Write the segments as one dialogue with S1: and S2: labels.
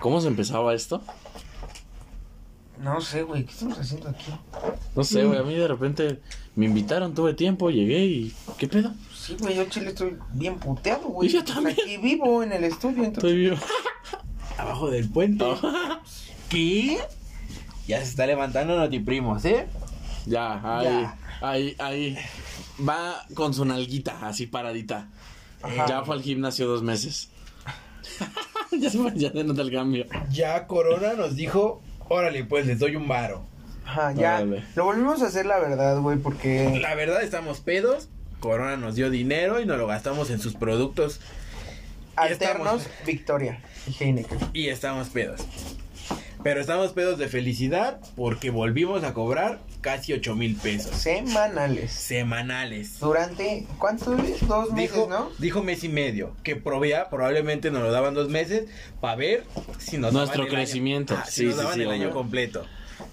S1: ¿Cómo se empezaba esto?
S2: No sé, güey, ¿qué estamos haciendo aquí?
S1: No sé, güey, a mí de repente me invitaron, tuve tiempo, llegué y... ¿Qué pedo?
S2: Sí, güey, yo chile estoy bien puteado, güey.
S1: Y yo
S2: Pues
S1: también.
S2: Aquí vivo en el estudio, entonces.
S1: Estoy vivo.
S3: Abajo del puente. ¿Qué? Ya se está levantando Notiprimos, ¿eh?
S1: Ya, ahí,
S3: Ya.
S1: ahí, ahí. Va con su nalguita, así paradita.
S2: Ajá.
S1: Ya fue al gimnasio dos meses. ya, se- ya se nota el cambio.
S3: Ya Corona nos dijo, órale, pues les doy un varo.
S2: Ajá, ya.
S1: Órale.
S2: Lo volvimos a hacer la verdad, güey, porque.
S3: La verdad estamos pedos. Corona nos dio dinero y nos lo gastamos en sus productos
S2: Alternos,
S3: estamos.
S2: Victoria y Heineken.
S3: y estamos pedos. Pero estamos pedos de felicidad porque volvimos a cobrar casi 8 mil pesos
S2: Semanales.
S3: semanales.
S2: Durante, ¿cuántos? Dos meses,
S3: Dijo,
S2: ¿no?
S3: dijo mes y medio que probía, probablemente nos lo daban dos meses para ver si nos
S1: Nuestro
S3: daban el año-
S1: crecimiento.
S3: Ah, si
S1: Sí,
S3: nos
S1: sí,
S3: daban
S1: sí,
S3: el año
S1: obvio.
S3: completo.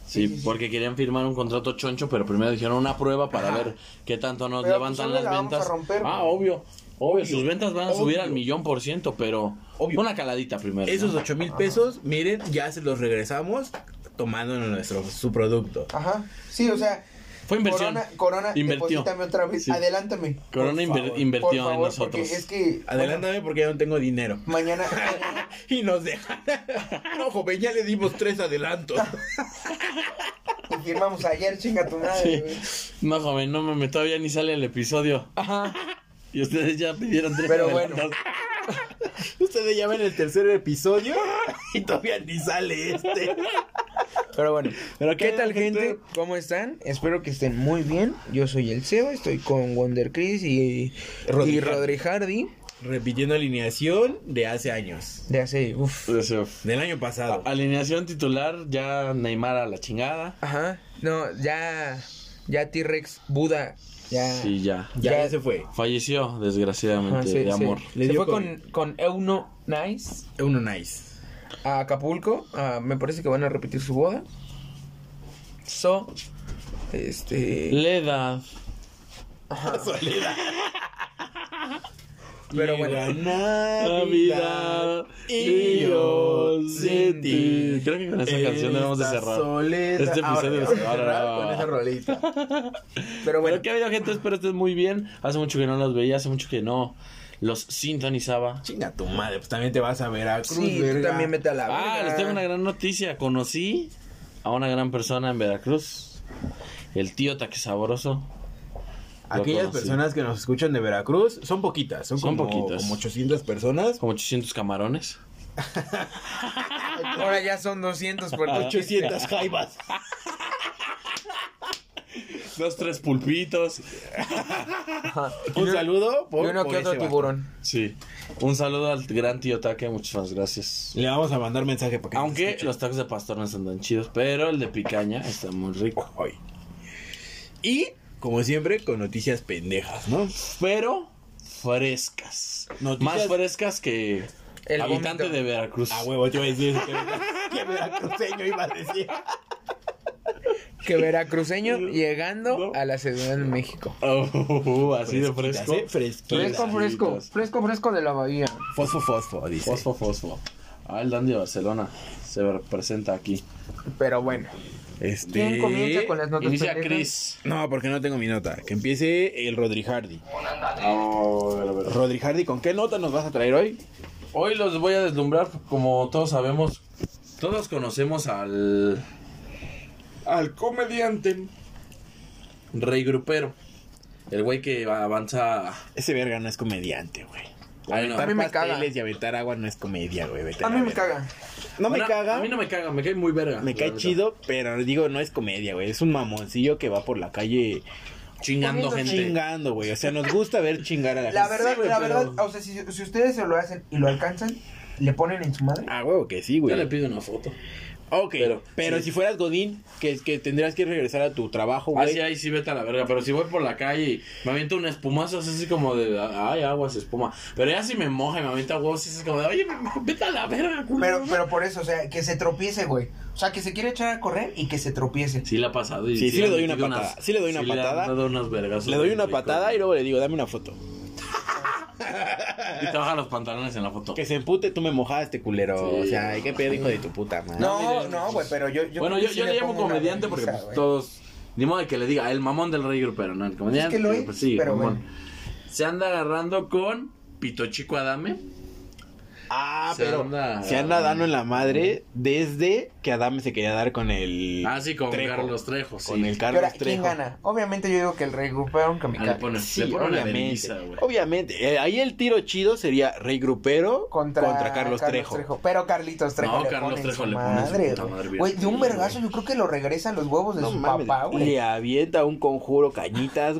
S1: Sí, porque querían firmar un contrato choncho, pero primero dijeron una prueba para
S3: Ajá.
S1: ver qué tanto nos
S2: Pero, pues,
S1: levantan
S2: ¿dónde
S1: las
S2: la vamos
S1: ventas.
S2: a romper,
S1: ah,
S2: güey?
S1: obvio, obvio.
S3: Obvio,
S1: Sus ventas van a subir al
S3: obvio.
S1: millón por ciento, pero
S3: Obvio.
S1: una caladita primero.
S3: Esos
S1: ¿no?
S3: 8 mil pesos, miren, ya se los regresamos tomando nuestro, su producto.
S2: Ajá. Sí, o sea.
S1: Fue inversión.
S2: Corona, Corona,
S1: Invirtió.
S2: deposítame otra vez.
S1: Sí.
S2: Adelántame.
S1: Corona
S3: Por
S1: inver-
S3: favor,
S1: invirtió
S2: por favor,
S1: en nosotros.
S2: Porque es que.
S3: Adelántame porque ya no tengo dinero.
S2: bueno, mañana. mañana-
S3: Y nos dejan. No, joven, ya le dimos tres adelantos.
S2: te firmamos ayer, chinga tu madre, güey.
S1: Sí. No, joven, no me todavía ni sale el episodio. Y ustedes ya pidieron tres
S2: Pero bueno.
S1: adelantos.
S3: Ustedes ya ven el tercer episodio y todavía ni sale este.
S2: Pero bueno,
S3: Pero
S2: ¿qué
S3: qué,
S2: tal gente?
S3: gente?
S2: ¿Cómo están? Espero que estén muy bien. Yo soy el Seba, estoy con Wonder Chris y,
S3: Rodri
S2: y
S3: Hardy.
S2: Rodri Hardy
S3: Repitiendo alineación de hace años.
S2: de hace, uff.
S1: Eso.
S3: Del año pasado.
S1: Ah, Alineación titular, ya Neymar a la chingada.
S2: Ajá, no, ya, ya T-Rex Buda, ya.
S1: Sí, ya.
S3: Ya,
S2: Ya-
S3: ya se fue.
S1: Falleció,
S2: Ajá,
S1: desgraciadamente,
S2: sí,
S1: de
S2: sí.
S1: amor.
S3: Le
S2: Se
S3: dio
S2: fue con, con Euno Nice
S3: Uno nice.
S2: a Acapulco. ah, me parece que van a repetir su boda. So, este.
S1: La edad.
S3: Soledad.
S2: Pero bueno.
S3: Llega Navidad
S1: Navidad y yo sin ti. Creo que con esa canción debemos de
S3: Esta
S1: cerrar.
S3: soledad.
S1: Este episodio
S3: Ahora,
S1: de
S3: vamos a
S1: cerrar.
S3: cerrar con esa rolita.
S2: Pero bueno,
S1: Pero que ha habido gente, espero estés muy bien. Hace mucho que no los veía, hace mucho que no los sintonizaba.
S3: Chinga tu madre, pues también te vas a ver a Cruz,
S2: sí, tú
S3: verga.
S2: también mete a la
S1: Ah,
S2: verga.
S1: les tengo una gran noticia. Conocí a una gran persona en Veracruz. El tío Taque Sabroso. Lo
S3: Aquellas
S1: conocí.
S3: personas que nos escuchan de Veracruz son poquitas, son,
S1: Son
S3: como,
S1: poquitas.
S3: como 800 personas.
S1: Como 800 camarones.
S2: Ahora ya son 200 por
S3: 800 jaivas.
S1: Dos, tres pulpitos.
S3: Un saludo
S2: Y
S3: por,
S2: uno
S3: por
S2: que otro
S3: ese
S2: tiburón.
S1: Sí. Un saludo al gran tío Taque, muchísimas gracias.
S3: vato. Le vamos a mandar mensaje para que nos
S1: Aunque
S3: escuche.
S1: los tacos de pastor no están tan chidos, pero el de picaña está muy rico.
S3: Ay. Y, como siempre, con noticias pendejas, ¿no?
S1: Pero frescas.
S3: Noticias-
S1: Más frescas que
S2: El
S1: habitante
S2: vómito. Ah,
S1: de Veracruz.
S3: A huevo, te iba a decir que, que veracruceño iba a decir.
S2: Que veracruceño llegando
S1: No.
S2: a la Ciudad de México.
S1: Oh, así de
S3: Fresquitas,
S1: fresco.
S3: ¿eh? Fresquitas.
S1: Pues,
S2: Fresco, fresco, fresco, fresco de la bahía.
S3: Fosfo, fosfo, dice.
S1: Fosfo, fosfo. Ah, el Dandy de Barcelona se presenta aquí.
S2: Pero bueno.
S3: Este...
S2: ¿Quién comienza con las notas
S1: Inicia
S2: pendejas?
S1: Chris.
S3: No, porque no tengo mi nota. Que empiece el Rodri Hardy.
S1: Ah,
S3: Rodri Hardy, ¿con qué nota nos vas a traer hoy?
S1: Hoy los voy a deslumbrar, como todos sabemos, todos conocemos al al comediante Rey Grupero, el güey que avanza.
S3: Ese verga no es comediante, güey.
S1: Ay, no.
S2: A mí me caga.
S3: Pasteles y aventar agua no es comedia, güey. vete
S2: A
S3: la
S2: mí me
S3: verga.
S2: caga.
S3: No me
S1: Bueno,
S3: caga.
S1: A mí no me caga, me cae muy verga.
S3: Me cae
S1: la
S3: chido, pero digo, no es comedia, güey. Es un mamoncillo que va por la calle
S1: neta. Chingando
S2: Poniendo
S1: gente.
S3: chingando, güey. O sea, nos gusta ver chingar a la,
S2: La
S3: gente.
S2: verdad,
S1: Sí, güey,
S2: la
S1: pero-
S2: verdad, o sea, si, si ustedes se lo hacen y lo alcanzan, le ponen en su madre.
S3: Ah, huevo, que sí,
S1: Yo le
S3: güey.
S1: pido una foto.
S3: Ok,
S1: Pero-
S3: pero,
S1: sí.
S3: si fueras Godín, que, que tendrías que regresar a tu trabajo, güey.
S1: Así ahí Ah, sí vete a la verga, pero si voy por la calle y me aviento un espumazo, es así como de, ay, aguas, espuma. Pero ya si me moja y me avienta huevos, es así como de, oye, vete a la verga, culo.
S2: Pero, pero por eso, o sea, que se tropiece, güey. O sea, que se quiere echar a correr y que se tropiece.
S1: Sí la ha pasado. y
S3: Sí, sí le
S1: han
S3: doy una
S1: metido
S3: patada, sí le doy una
S1: han
S3: patada.
S1: dado unas vergazos
S3: Le doy
S1: bien
S3: una
S1: ricos.
S3: patada y luego le digo, dame una foto.
S1: Y te baja los pantalones en la foto.
S3: Que se empute, tú me mojaste, culero.
S1: Sí.
S3: O sea, ¿qué pedo, hijo de tu puta madre?
S1: mira,
S2: No, no, güey, pero yo. yo
S1: bueno,
S2: creo
S1: yo,
S2: que sí
S1: yo le llamo
S2: pongo una
S1: comediante porque
S2: vergüenza,
S1: pues,
S2: güey.
S1: todos. Ni modo de que le diga, el mamón del rey grupero, ¿no? El comediante.
S2: lo es,
S1: pues, sí,
S2: pero
S1: mamón.
S2: bueno.
S1: Se anda agarrando con Pito Chico Adame.
S3: Ah,
S1: Se
S3: pero
S1: anda-
S3: se anda dando en la madre desde que Adame se quería dar con el.
S1: Ah, sí, con
S3: Trejo.
S1: Carlos Trejo, sí.
S3: Con el
S2: Pero ahora,
S3: Carlos
S2: ¿quién
S3: Trejo.
S2: gana? Obviamente yo digo que el rey grupero
S1: Ah, le
S2: kamikaze.
S1: pone,
S3: Sí,
S1: le pone una
S3: obviamente.
S1: vergüenza, güey.
S3: Obviamente. Eh, ahí el tiro chido sería Rey Grupero
S2: Contra,
S3: Carlos, Trejo.
S2: Pero Carlitos Trejo
S1: No,
S2: le
S1: Carlos
S2: pone en
S1: Trejo
S2: su
S1: le pone en su
S2: madre,
S1: puta
S2: güey.
S1: madre, bien.
S2: Güey, de un
S1: Sí,
S2: vergazo
S1: güey.
S2: yo creo que lo regresan los huevos de
S3: No
S2: su
S3: mames,
S2: papá, güey.
S3: Le avienta un conjuro cañitas,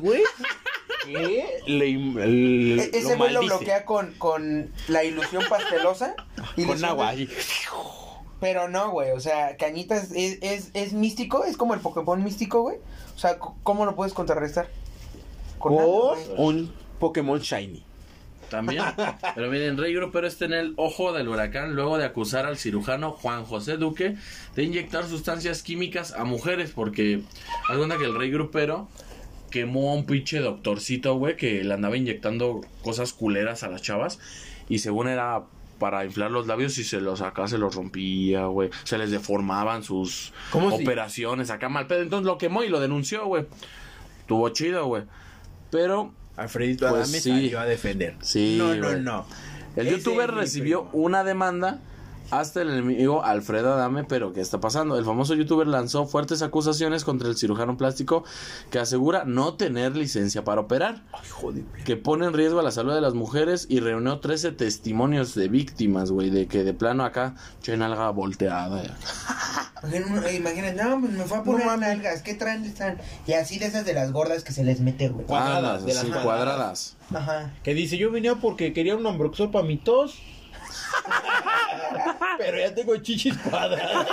S3: güey. ¿Qué? Le, le-
S2: E- ese güey lo
S3: maldice.
S2: bloquea con, con la ilusión pastelosa. y le
S3: Con
S2: suelta-
S3: agua. así.
S2: Pero no, güey, o sea, Cañitas es, es, es místico, es como el Pokémon místico, güey. O sea, c- ¿cómo lo puedes contrarrestar? Con
S3: Con
S2: nada, güey.
S3: un Pokémon Shiny.
S1: También. Pero miren, Rey Grupero está en el ojo del huracán luego de acusar al cirujano Juan José Duque de inyectar sustancias químicas a mujeres, porque haz cuenta que el Rey Grupero quemó a un pinche doctorcito, güey, que le andaba inyectando cosas culeras a las chavas y según era para inflar los labios y se los acá se los rompía, güey. Se les deformaban sus
S3: ¿Cómo si-
S1: operaciones acá mal pedo. Entonces lo quemó y lo denunció, güey. Estuvo chido, güey. Pero
S3: Alfredito
S1: Pues
S3: Adame
S1: sí.
S3: salió a defender.
S1: Sí,
S3: No, no,
S1: güey.
S3: no.
S1: El
S3: Ese
S1: youtuber
S3: es mi
S1: recibió
S3: primo.
S1: una demanda hasta el enemigo Alfredo Adame, pero ¿qué está pasando? El famoso youtuber lanzó fuertes acusaciones contra el cirujano plástico que asegura no tener licencia para operar,
S3: Ay, joder, güey.
S1: que pone en riesgo a la salud de las mujeres y reunió 13 testimonios de víctimas, güey, de que de plano acá, che, nalga volteada. ya.
S2: Imagina- Imagínate, no, pues me fue a poner nalgas, ¿qué traen? están? Y así de esas de las gordas que se les mete, güey.
S3: Cuadradas,
S1: Andas,
S3: de las
S1: así, cuadradas.
S3: cuadradas.
S2: Ajá.
S3: Que dice, yo venía porque quería un ambroxol para mi tos. Pero ya tengo chichis cuadradas.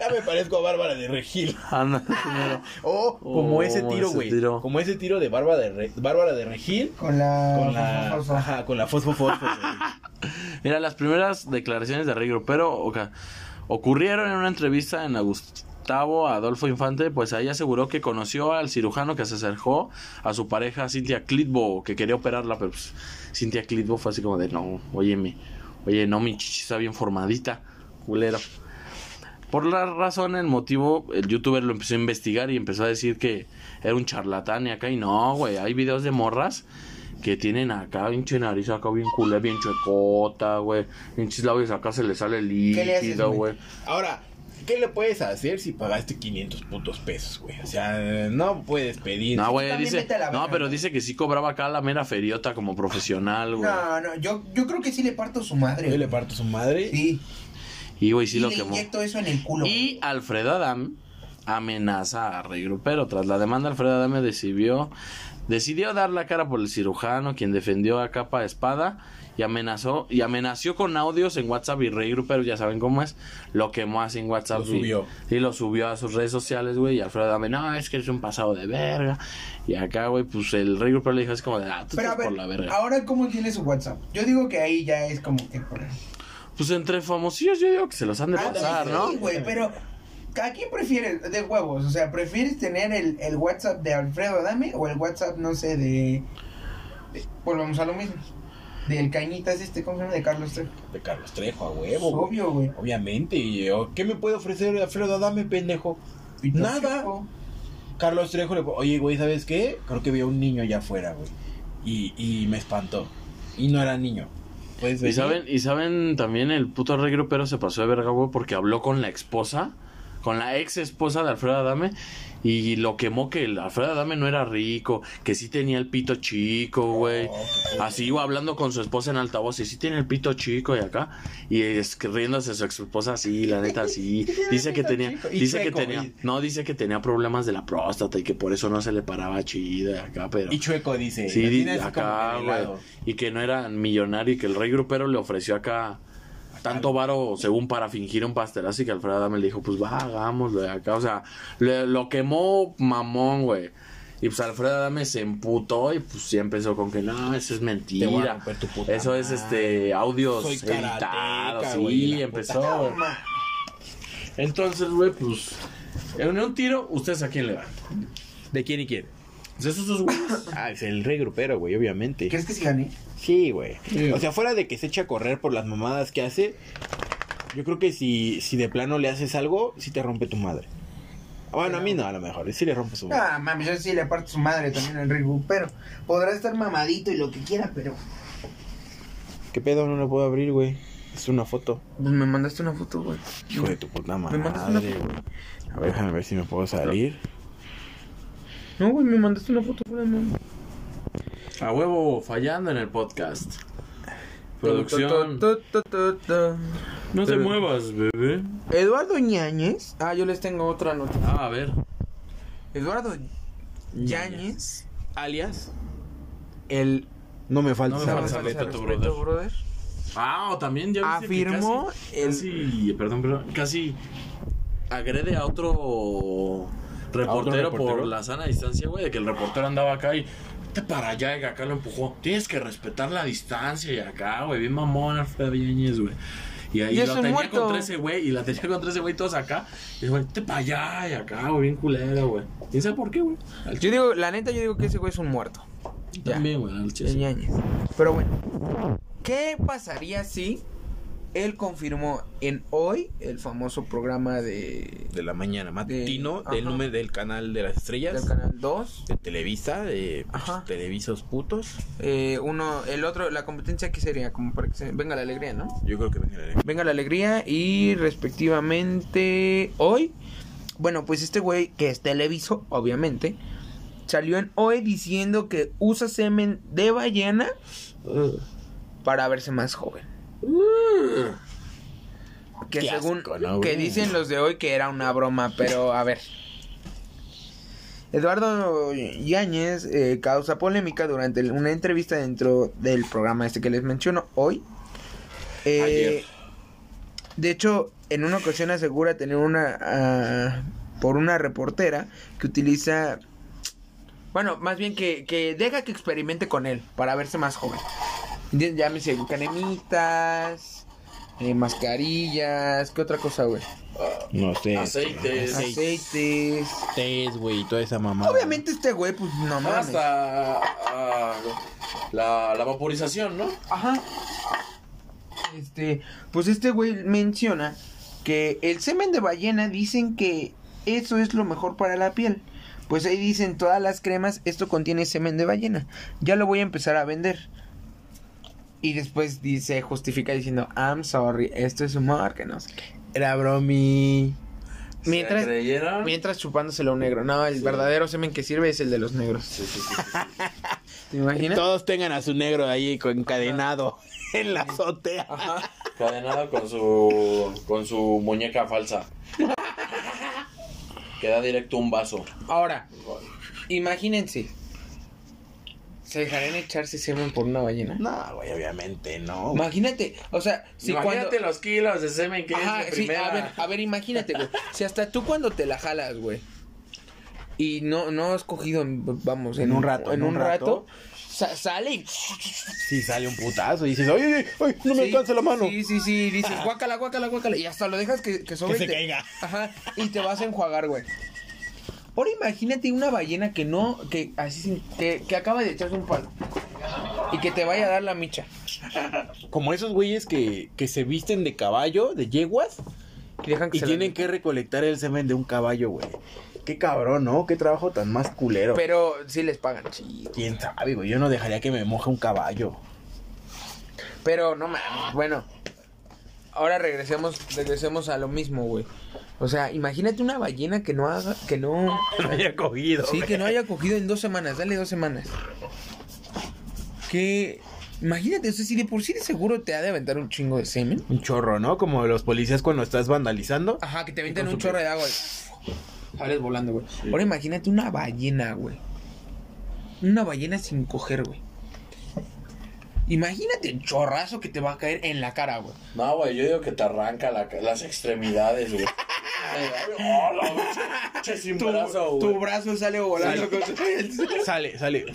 S3: ya me parezco a Bárbara de Regil.
S1: Andas, primero.
S3: O como
S1: Oh,
S3: ese tiro,
S1: ese
S3: güey.
S1: tiro.
S3: Como ese tiro de Bárbara de, Re- Bárbara de Regil.
S2: Con la...
S3: Con la, ajá, con la fosfo fosfo.
S1: Mira, las primeras declaraciones de Rey Grupero oca- ocurrieron en una entrevista en la Gustavo Adolfo Infante, pues ahí aseguró que conoció al cirujano que se acercó a su pareja Cintia Clitbo, que quería operarla, pero pues, Cintia Clitbo fue así como de, no, óyeme, oye, no, mi chichi está bien formadita, culero. Por la razón, el motivo, el youtuber lo empezó a investigar y empezó a decir que era un charlatán y acá, y no, güey, hay videos de morras que tienen acá pinche nariz acá bien culé, bien chuecota, güey, pinches labios acá se le sale
S2: le haces,
S1: líquido,
S2: güey?
S1: güey.
S3: Ahora, ¿qué le puedes hacer si pagaste 500 putos pesos, güey? O sea, no puedes pedir.
S1: No, güey,
S2: también
S1: dice.
S2: vete a la
S1: No,
S2: verga,
S1: pero
S2: güey.
S1: dice que sí cobraba acá la mera feriota como profesional, güey.
S2: No, no, yo, yo creo que sí le parto su madre.
S3: Yo le
S2: güey.
S3: parto su madre.
S2: Sí,
S1: Y, güey, sí
S2: y
S1: lo
S2: le
S1: quemó.
S2: inyecto eso en el culo.
S1: Y Alfredo Adam amenaza a Rey Grupero. Tras la demanda, Alfredo Adame decidió, decidió dar la cara por el cirujano, quien defendió a capa de espada y amenazó y amenazó con audios en WhatsApp y Rey Grupero, ya saben cómo es, lo quemó así en WhatsApp.
S3: Lo
S1: y-
S3: subió.
S1: Y, lo subió a sus redes sociales, güey, y Alfredo Adame, no, es que es un pasado de verga. Y acá, güey, pues el Rey Grupero le dijo así como, de, ah, tú
S2: Pero a
S1: estás
S2: ver,
S1: por la verga.
S2: ahora cómo tiene su WhatsApp. Yo digo que ahí ya es como que... por-
S1: Pues entre famosillos yo digo que se los han de
S2: Ah,
S1: pasar,
S2: sí,
S1: ¿no?
S2: sí, güey, pero ¿a quién prefieres de huevos? O sea, ¿prefieres tener el, el WhatsApp de Alfredo Adame o el WhatsApp, no sé, de... de- volvamos a lo mismo. Del Cañitas este, ¿cómo se llama? De Carlos Trejo.
S3: De Carlos Trejo, a huevo. güey.
S2: Obvio, güey.
S3: Obviamente. y yo, ¿Qué me puede ofrecer Alfredo Adame, pendejo?
S2: Pito
S3: Nada.
S2: chico.
S3: Carlos Trejo le oye, güey, ¿sabes qué? Creo que vi a un niño allá afuera, güey. Y, y me espantó. Y no era niño. Puedes
S1: Y
S3: venir? Oh,
S1: saben, y saben también el puto rey grupero se pasó de verga, güey, porque habló con la esposa, con la ex esposa de Alfredo Adame, y lo quemó que el Alfredo Adame no era rico, que sí tenía el pito chico, güey. Así güey, hablando con su esposa en altavoz, y sí tiene el pito chico y acá, y es que riéndose su ex esposa así, la neta sí. Dice que
S3: pito
S1: tenía,
S3: chico. Y
S1: dice que
S3: chueco,
S1: tenía,
S3: y-
S1: no, dice que tenía problemas de la próstata y que por eso no se le paraba chido y acá, pero.
S3: Y Chueco dice.
S1: Sí,
S3: la tiene
S1: di-
S3: así como
S1: acá,
S3: que de
S1: güey.
S3: lado.
S1: Y que no era millonario y que el rey grupero le ofreció acá tanto varo según para fingir un pastelazo y que Alfredo Adame le dijo, pues va, hagámoslo de acá. O sea, le- lo quemó mamón, güey. Y pues Alfredo Adame se emputó y pues sí empezó con que no, eso es
S3: Te voy a
S1: mentira.
S3: romper tu puta
S1: Eso es
S3: madre.
S1: este audios
S3: Soy karateca,
S1: editados.
S3: güey,
S1: Sí,
S3: la puta
S1: empezó.
S3: madre.
S1: güey. Entonces, güey, pues en un tiro, ¿ustedes a quién le van? Pues,
S3: ¿De quién y quién?
S4: O sea, esos dos güeyes.
S3: Ah, es el rey grupero, güey, obviamente.
S2: ¿Crees que sí gané?
S3: Sí, güey.
S4: Sí.
S3: O sea, fuera de que se echa a correr por las mamadas que hace, yo creo que si, si de plano le haces algo, sí te rompe tu madre. Bueno, a mí no, a lo mejor. Sí le rompe su madre.
S2: Ah, mami, yo sí le parto su madre también al Rey Pero podrá estar mamadito y lo que quiera, pero.
S3: ¿Qué pedo? No lo puedo abrir, güey. Es una foto.
S2: Pues me mandaste una foto, güey.
S3: Hijo de tu puta madre,
S2: Me mandas una
S3: güey. A ver, déjame ver si me puedo salir.
S2: No, güey, me mandaste una foto, güey, mami.
S1: A huevo, fallando en el podcast. Producción.
S2: Tu, tu, tu, tu, tu.
S1: No te muevas, bebé.
S2: Eduardo Ñañez. Ah, yo les tengo otra nota.
S1: Ah, a ver.
S2: Eduardo Ñañez, alias el
S3: No me
S1: No
S3: falta.
S1: me
S2: Nada
S1: falta
S2: más
S1: respeto,
S2: falta
S1: brother.
S2: respeto, brother.
S1: Ah, o también ya viste que
S2: Afirmó
S1: casi,
S2: el-
S1: casi- perdón, perdón, casi agrede a otro reportero, por
S3: reportero?
S1: la sana distancia, güey, de que el reportero andaba acá y te para allá y acá lo empujó. Tienes que respetar la distancia y acá, güey, bien mamón Alfredo Yáñez, güey. Y ahí
S2: Y es
S1: lo
S2: un
S1: tenía
S2: muerto.
S1: con 13, güey, y la tenía con 13, güey, todos acá. Y güey, te para allá y acá, güey, bien culero, güey. ¿Quién sabe por qué, güey? Al
S2: Yo digo, la neta, yo digo que ese güey es un muerto.
S1: chile
S2: Ya.
S1: también, güey, al
S2: El
S1: chile.
S2: Ñañez. Pero bueno, ¿qué pasaría si él confirmó en hoy el famoso programa de
S3: De la mañana, matutino,
S2: De-
S3: del
S2: ajá.
S3: número del canal de las
S2: del
S3: estrellas,
S2: canal 2?
S3: de Televisa, de pues,
S2: Ajá.
S3: Televisos putos.
S2: Eh, uno, el otro, la competencia que sería como para que se- venga la alegría, ¿no?
S3: Yo creo que venía la ley.
S2: Venga la Alegría y respectivamente hoy. Bueno, pues este güey, que es televiso, obviamente, salió en hoy diciendo que usa semen de ballena uh, para verse más joven. Que
S3: Mm. Qué
S2: según
S3: asco, ¿no,
S2: que
S3: güey?
S2: dicen los de hoy que era una broma, pero a ver. Eduardo Yáñez eh, causa polémica durante el- una entrevista dentro del programa este que les menciono hoy. Eh,
S3: Ayer.
S2: De hecho, en una ocasión asegura tener una ah, por una reportera que utiliza bueno, más bien que, que deja que experimente con él para verse más joven. Ya- Llámese canemitas, eh, mascarillas, ¿qué otra cosa, güey?
S3: No sé.
S1: Aceites.
S2: Aceites.
S3: Aceites, güey, y toda esa mamada.
S2: Obviamente este güey, pues
S1: Ah,
S2: no mames.
S1: Hasta ah, la, la vaporización, ¿no?
S2: Ajá. Este, pues este güey menciona que el semen de ballena dicen que eso es lo mejor para la piel. Pues ahí dicen todas las cremas, esto contiene semen de ballena. Ya lo voy a empezar a vender. Y después dice, justifica diciendo, I'm sorry, esto es humor, que no sé qué.
S3: Era bromi.
S2: Mientras,
S1: ¿Se creyeron?
S2: mientras chupándoselo a un negro. No, el
S1: Sí.
S2: verdadero semen que sirve es el de los negros.
S1: Sí, sí, sí, sí.
S2: ¿Te imaginas?
S3: Todos tengan a su negro ahí co- encadenado en la azotea.
S1: Cadenado con su con su muñeca falsa. Que da directo un vaso.
S2: Ahora, imagínense. ¿Se dejarían echarse semen por una ballena?
S3: No, güey, obviamente no. güey.
S2: Imagínate, o sea, si cuando...
S1: Imagínate los kilos de semen que
S2: Ajá,
S1: es de
S2: sí,
S1: primera.
S2: a ver, a ver, imagínate, güey. Si hasta tú cuando te la jalas, güey. Y no, no has cogido, en- vamos, en,
S3: En un rato,
S2: En un, rato, sa- sale y... Sí,
S3: Si sale un putazo y dices, oye, oye, oye, no me alcanza la mano. Ah.
S2: Sí, sí, sí, dices, guácala, guácala, guácala. Y hasta lo dejas que, que sobre
S3: Que se
S2: y te-
S3: caiga.
S2: Ajá, y te vas a enjuagar, güey. Ahora imagínate una ballena que no, que así, sin- que, que acaba de echarse un palo. Y que te vaya a dar la micha.
S3: Como esos güeyes que, que se visten de caballo, de yeguas,
S2: Y dejan que
S3: y
S2: se la-
S3: tienen que recolectar el semen de un caballo, güey. Qué cabrón, ¿no? Qué trabajo tan más culero.
S2: Pero sí les pagan, chido.
S3: ¿Quién sabe, güey? Yo no dejaría que me moje un caballo.
S2: Pero no mames, bueno. Ahora regresemos, regresemos a lo mismo, güey. O sea, imagínate una ballena que no haga, que no,
S3: No haya cogido.
S2: sí, que no haya cogido en dos semanas, dale dos semanas. Que, imagínate, o sea, si de por sí de seguro te ha de aventar un chingo de semen.
S3: Un chorro, ¿no? Como los policías cuando estás vandalizando.
S2: Ajá, que te avientan un chorro de agua. y Sales volando, güey. Ahora imagínate una ballena, güey. Una ballena sin coger, güey. Imagínate el chorrazo que te va a caer en la cara, güey.
S1: No, güey, yo digo que te arranca la- las extremidades, güey. Ay, oh, la- che, sin brazo, güey.
S2: Tu brazo sale volando. con su-
S3: Sale, sale.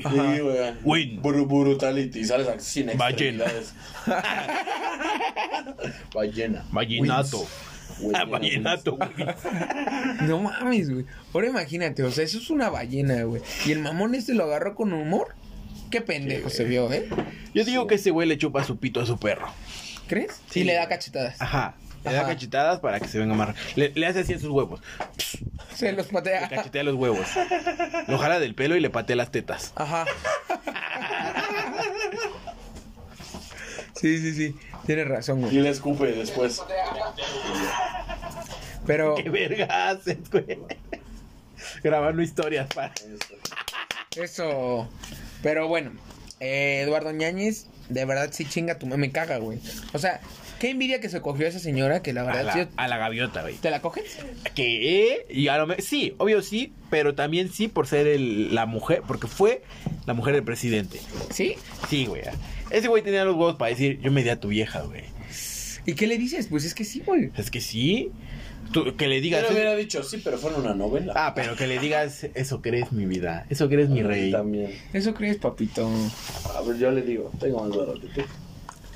S1: Sí, güey.
S3: Win.
S1: Bru- brutality. Sales así sin
S3: Ballena.
S1: extremidades. Ballena.
S3: Vallenato.
S1: Güey,
S3: Ah,
S1: mira,
S3: vallenato, güey.
S2: No mames, güey. Ahora imagínate, o sea, eso es una ballena, güey. Y el mamón este lo agarró con humor. Qué pendejo se vio, ¿eh?
S3: Yo digo que ese güey le chupa su pito a su perro.
S2: ¿Crees? Sí, le da cachetadas.
S3: Ajá. Le da
S2: Ajá.
S3: cachetadas para que se venga más. Le, le hace así a sus huevos.
S2: Se los
S3: Le
S2: patea.
S3: cachetea los huevos. Lo jala del pelo y le patea las tetas.
S2: Ajá. Sí, sí, sí. Tienes razón,
S1: Y
S2: güey.
S1: le escupe después.
S2: Pero
S3: ¡Qué verga haces, güey! Grabando historias para.
S2: eso. Pero bueno, eh, Eduardo Ñañez, de verdad sí chinga tu me caga, güey. O sea, qué envidia que se cogió a esa señora que la
S3: A
S2: verdad.
S3: la,
S2: sí-
S3: a la gaviota, güey.
S2: ¿Te la coges?
S3: Que y a lo me- sí, obvio sí, pero también sí por ser el- la mujer, porque fue la mujer del presidente.
S2: ¿Sí?
S3: Sí, güey. Ese güey tenía los huevos para decir, yo me di a tu vieja, güey.
S2: ¿Y qué le dices? Pues es que sí, güey.
S3: Es que sí. Tú- que le
S1: Yo
S3: digas.
S1: le hubiera dicho, sí, pero fue en una novela.
S3: Ah, pero que le digas, eso que eres mi vida, eso que eres mi rey.
S1: También.
S2: Eso crees, papito.
S1: A ver, yo le digo, tengo más barato que tú.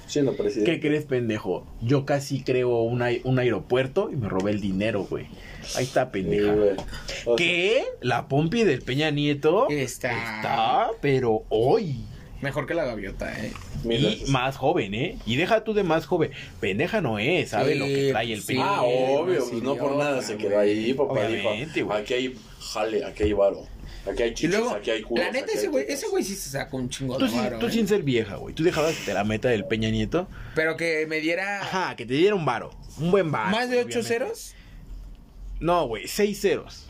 S1: Siendo presidente.
S3: ¿Qué crees, pendejo? Yo casi creo un, ai- un aeropuerto y me robé el dinero, güey. Ahí está,
S1: Sí,
S3: pendeja.
S1: güey. O sea,
S3: que la Pompi del Peña Nieto
S2: Está.
S3: está, pero hoy.
S2: Mejor que la gaviota, eh.
S1: mil
S3: Y
S1: veces.
S3: más joven, ¿eh? Y deja tú de más joven. Pendeja no es, sabe
S2: Sí,
S3: lo que trae el
S2: sí.
S3: peña.
S1: Ah, obvio, pues no por nada se quedó ahí, papá. dijo,
S3: Obviamente, güey.
S1: aquí hay jale, aquí hay varo, aquí hay
S2: Y
S1: chichis,
S2: luego,
S1: aquí hay culos,
S2: la neta,
S1: aquí hay
S2: ese güey,
S1: tetas".
S2: ese güey sí se sacó un chingo
S3: Tú,
S2: de
S3: sin,
S2: varo.
S3: tú
S2: eh.
S3: sin ser vieja, güey. Tú dejabas que te la meta del Peña Nieto.
S2: Pero que me diera
S3: Ajá, que te diera un varo. Un buen varo.
S2: más de
S3: güey,
S2: ocho
S3: obviamente.
S2: ceros.
S3: No, güey, seis ceros.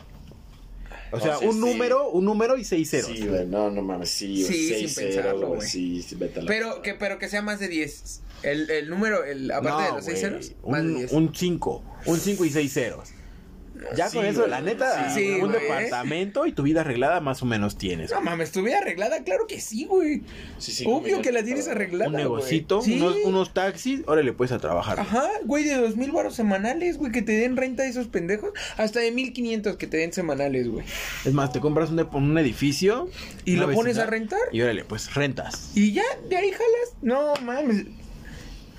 S3: O
S1: No,
S3: sea,
S1: sí,
S3: un
S1: sí.
S3: número, un número y seis ceros.
S1: Sí, güey, no, no mames, sí,
S2: Sí,
S1: sí seis
S2: sin
S1: cero,
S2: pensarlo,
S1: güey,
S2: güey.
S1: sí, sí, vete a la-
S2: Pero que, pero que sea más de 10. El, el número, el, aparte de los seis
S3: güey,
S2: ceros, más de
S3: Un,
S2: 10.
S3: un cinco. Un cinco y seis ceros. Ya
S1: Sí,
S3: con eso,
S1: güey.
S3: la neta,
S2: Sí,
S3: un
S2: güey.
S3: departamento y tu vida arreglada más o menos tienes.
S2: No mames, estuviera arreglada, claro que sí, güey.
S1: Sí, sí,
S2: Obvio
S1: como
S2: que
S1: ya-
S2: la tienes arreglada.
S3: un
S2: güey.
S3: negocito,
S2: Sí.
S3: unos, unos taxis, ahora le puedes a trabajar.
S2: Ajá, güey, de dos mil baros semanales, güey, que te den renta de esos pendejos. Hasta de mil quinientos que te den semanales, güey.
S3: Es más, te compras un, dep- un edificio.
S2: ¿Y
S3: una
S2: lo pones
S3: vecindad,
S2: a rentar?
S3: Y órale, pues rentas.
S2: Y ya, de ahí jalas. No mames.